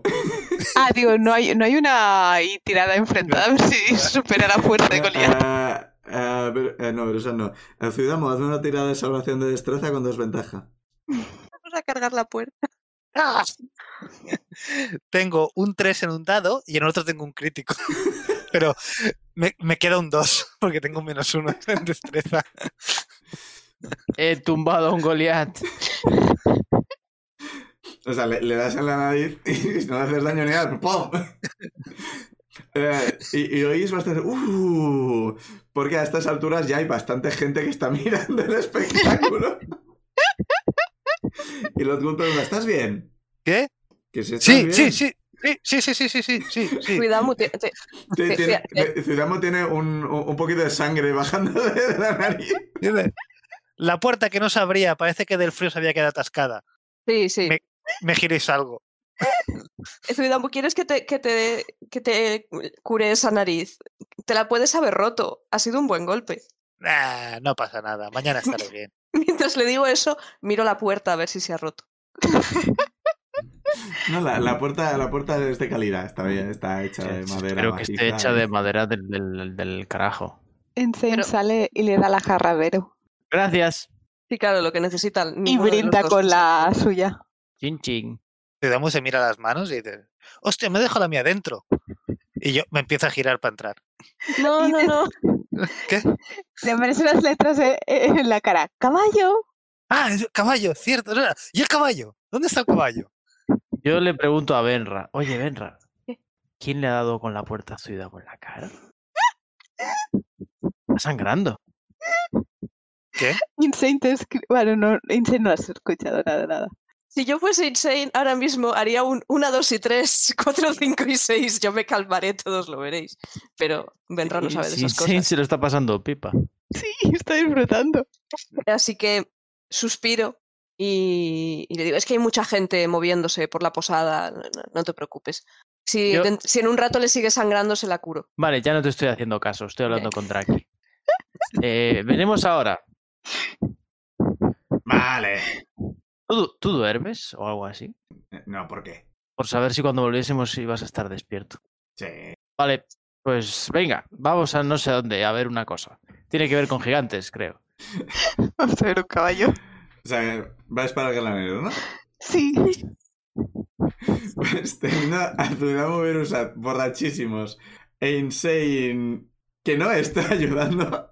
S5: Ah, digo, no hay, no hay una ahí tirada enfrentada a ver si supera la fuerza de Goliat.
S1: Ah, ah, pero- eh, no, pero eso no. Eh, Zuidamo, hazme una tirada de salvación de destreza con desventaja.
S4: Vamos a cargar la puerta.
S3: ¡Ah! tengo un 3 en un dado y en el otro tengo un crítico. Pero me, me queda un 2 porque tengo un menos 1 en destreza.
S2: He tumbado a un Goliath.
S1: O sea, le, le das en la nariz y no le haces daño ni nada. ¡Pum! Eh, y, y oís bastante. ¡Uh! Porque a estas alturas ya hay bastante gente que está mirando el espectáculo. y los pregunta: ¿Estás bien?
S3: ¿Qué?
S1: Que si estás
S3: Sí,
S1: bien.
S3: sí, sí. Sí, sí, sí, sí, sí, sí, sí.
S4: Zuidamu, te- te-
S1: Ti-
S4: Sí,
S1: tiene-
S4: sí, eh.
S1: de- Zuidamo tiene un, un un poquito de sangre bajando de la nariz.
S3: Dime. La puerta que no se abría, parece que del frío se había quedado atascada.
S4: sí, sí.
S3: Me- Me giro y salgo.
S4: Zuidamu, ¿quieres que te, que, te, que te cure esa nariz? Te la puedes haber roto. Ha sido un buen golpe.
S3: Nah, no pasa nada, mañana estaré bien.
S4: Mientras le digo eso, miro la puerta a ver si se ha roto.
S1: No, la, la puerta, la puerta es de calidad, está bien, está hecha de madera.
S2: Creo que esté
S1: maciza.
S2: hecha de madera del, del- del carajo.
S5: Insane
S4: Pero-
S5: sale y le da la jarra a Vero
S2: Gracias.
S4: Sí, claro, lo que necesitan.
S5: y brinda con la suya.
S2: Chin chin.
S3: Te damos se mira las manos y dice, hostia, me dejo la mía dentro. Y yo me empiezo a girar para entrar.
S4: No, no, no.
S3: ¿Qué?
S5: Le aparecen las letras eh, eh, en la cara. ¡Caballo!
S3: Ah, es el caballo, cierto. no era- ¿Y el caballo? ¿Dónde está el caballo?
S2: Yo le pregunto a Benra. Oye, Benra. ¿Quién le ha dado con la puerta a Ciudad por la cara? Está sangrando.
S5: Insane te escribe. Bueno, no, Insane no has escuchado nada, nada.
S4: Si yo fuese insane, ahora mismo haría un 1, 2 y 3, 4, 5 y 6. Yo me calmaré, todos lo veréis. Pero Benra no
S2: Y
S4: sabe de
S2: Sin
S4: esas
S2: Sin
S4: cosas.
S2: se lo está pasando pipa.
S5: Sí, está disfrutando.
S4: Así que suspiro y, y le digo, es que hay mucha gente moviéndose por la posada, no, no- no te preocupes. Si,
S2: Yo-
S4: den- si en un rato le sigue sangrando, se la curo.
S2: Vale, ya no te estoy haciendo caso. Estoy hablando con Draki. Eh, veremos ahora.
S1: Vale.
S2: ¿Tú, tú duermes o algo así?
S1: Eh, No, ¿por qué?
S2: Por saber si cuando volviésemos ibas a estar despierto.
S1: Sí.
S2: Vale, pues venga, vamos a no sé dónde, a ver una cosa. Tiene que ver con gigantes, creo.
S5: Vamos a ver un caballo.
S1: O sea, vais para el granero, ¿no?
S5: Sí.
S1: Pues teniendo a Zuidamo Verusat borrachísimos e Insane que no está ayudando a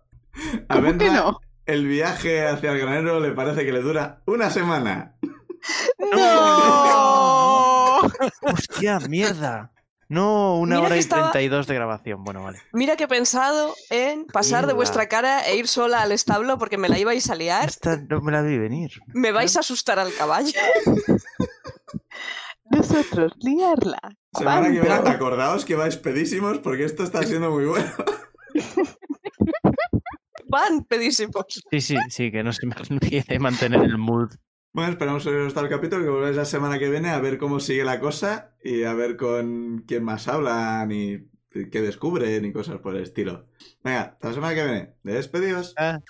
S5: ¿Cómo que
S1: Benra,
S5: no?
S1: el viaje hacia el granero le parece que le dura una semana.
S5: ¡No!
S2: ¡Hostia, mierda! No, una
S4: Mira
S2: hora
S4: que
S2: y
S4: estaba-
S2: 32 de grabación. Bueno, vale.
S4: Mira que he pensado en pasar de vuestra cara e ir sola al establo porque me la ibais a liar.
S2: Esta no me la vi venir.
S4: Me vais a asustar al caballo.
S5: Nosotros, liarla.
S1: Semana que viene,
S5: ¿Cuándo?
S1: acordaos que vais pedísimos porque esto está siendo muy bueno.
S4: Van pedísimos.
S2: Sí, sí, sí, que no se me olvide mantener el mood.
S1: Bueno, esperamos ver hasta el capítulo, que volváis la semana que viene a ver cómo sigue la cosa y a ver con quién más hablan y qué descubren y cosas por el estilo. Venga, hasta la semana que viene. Despedidos.
S2: Adiós.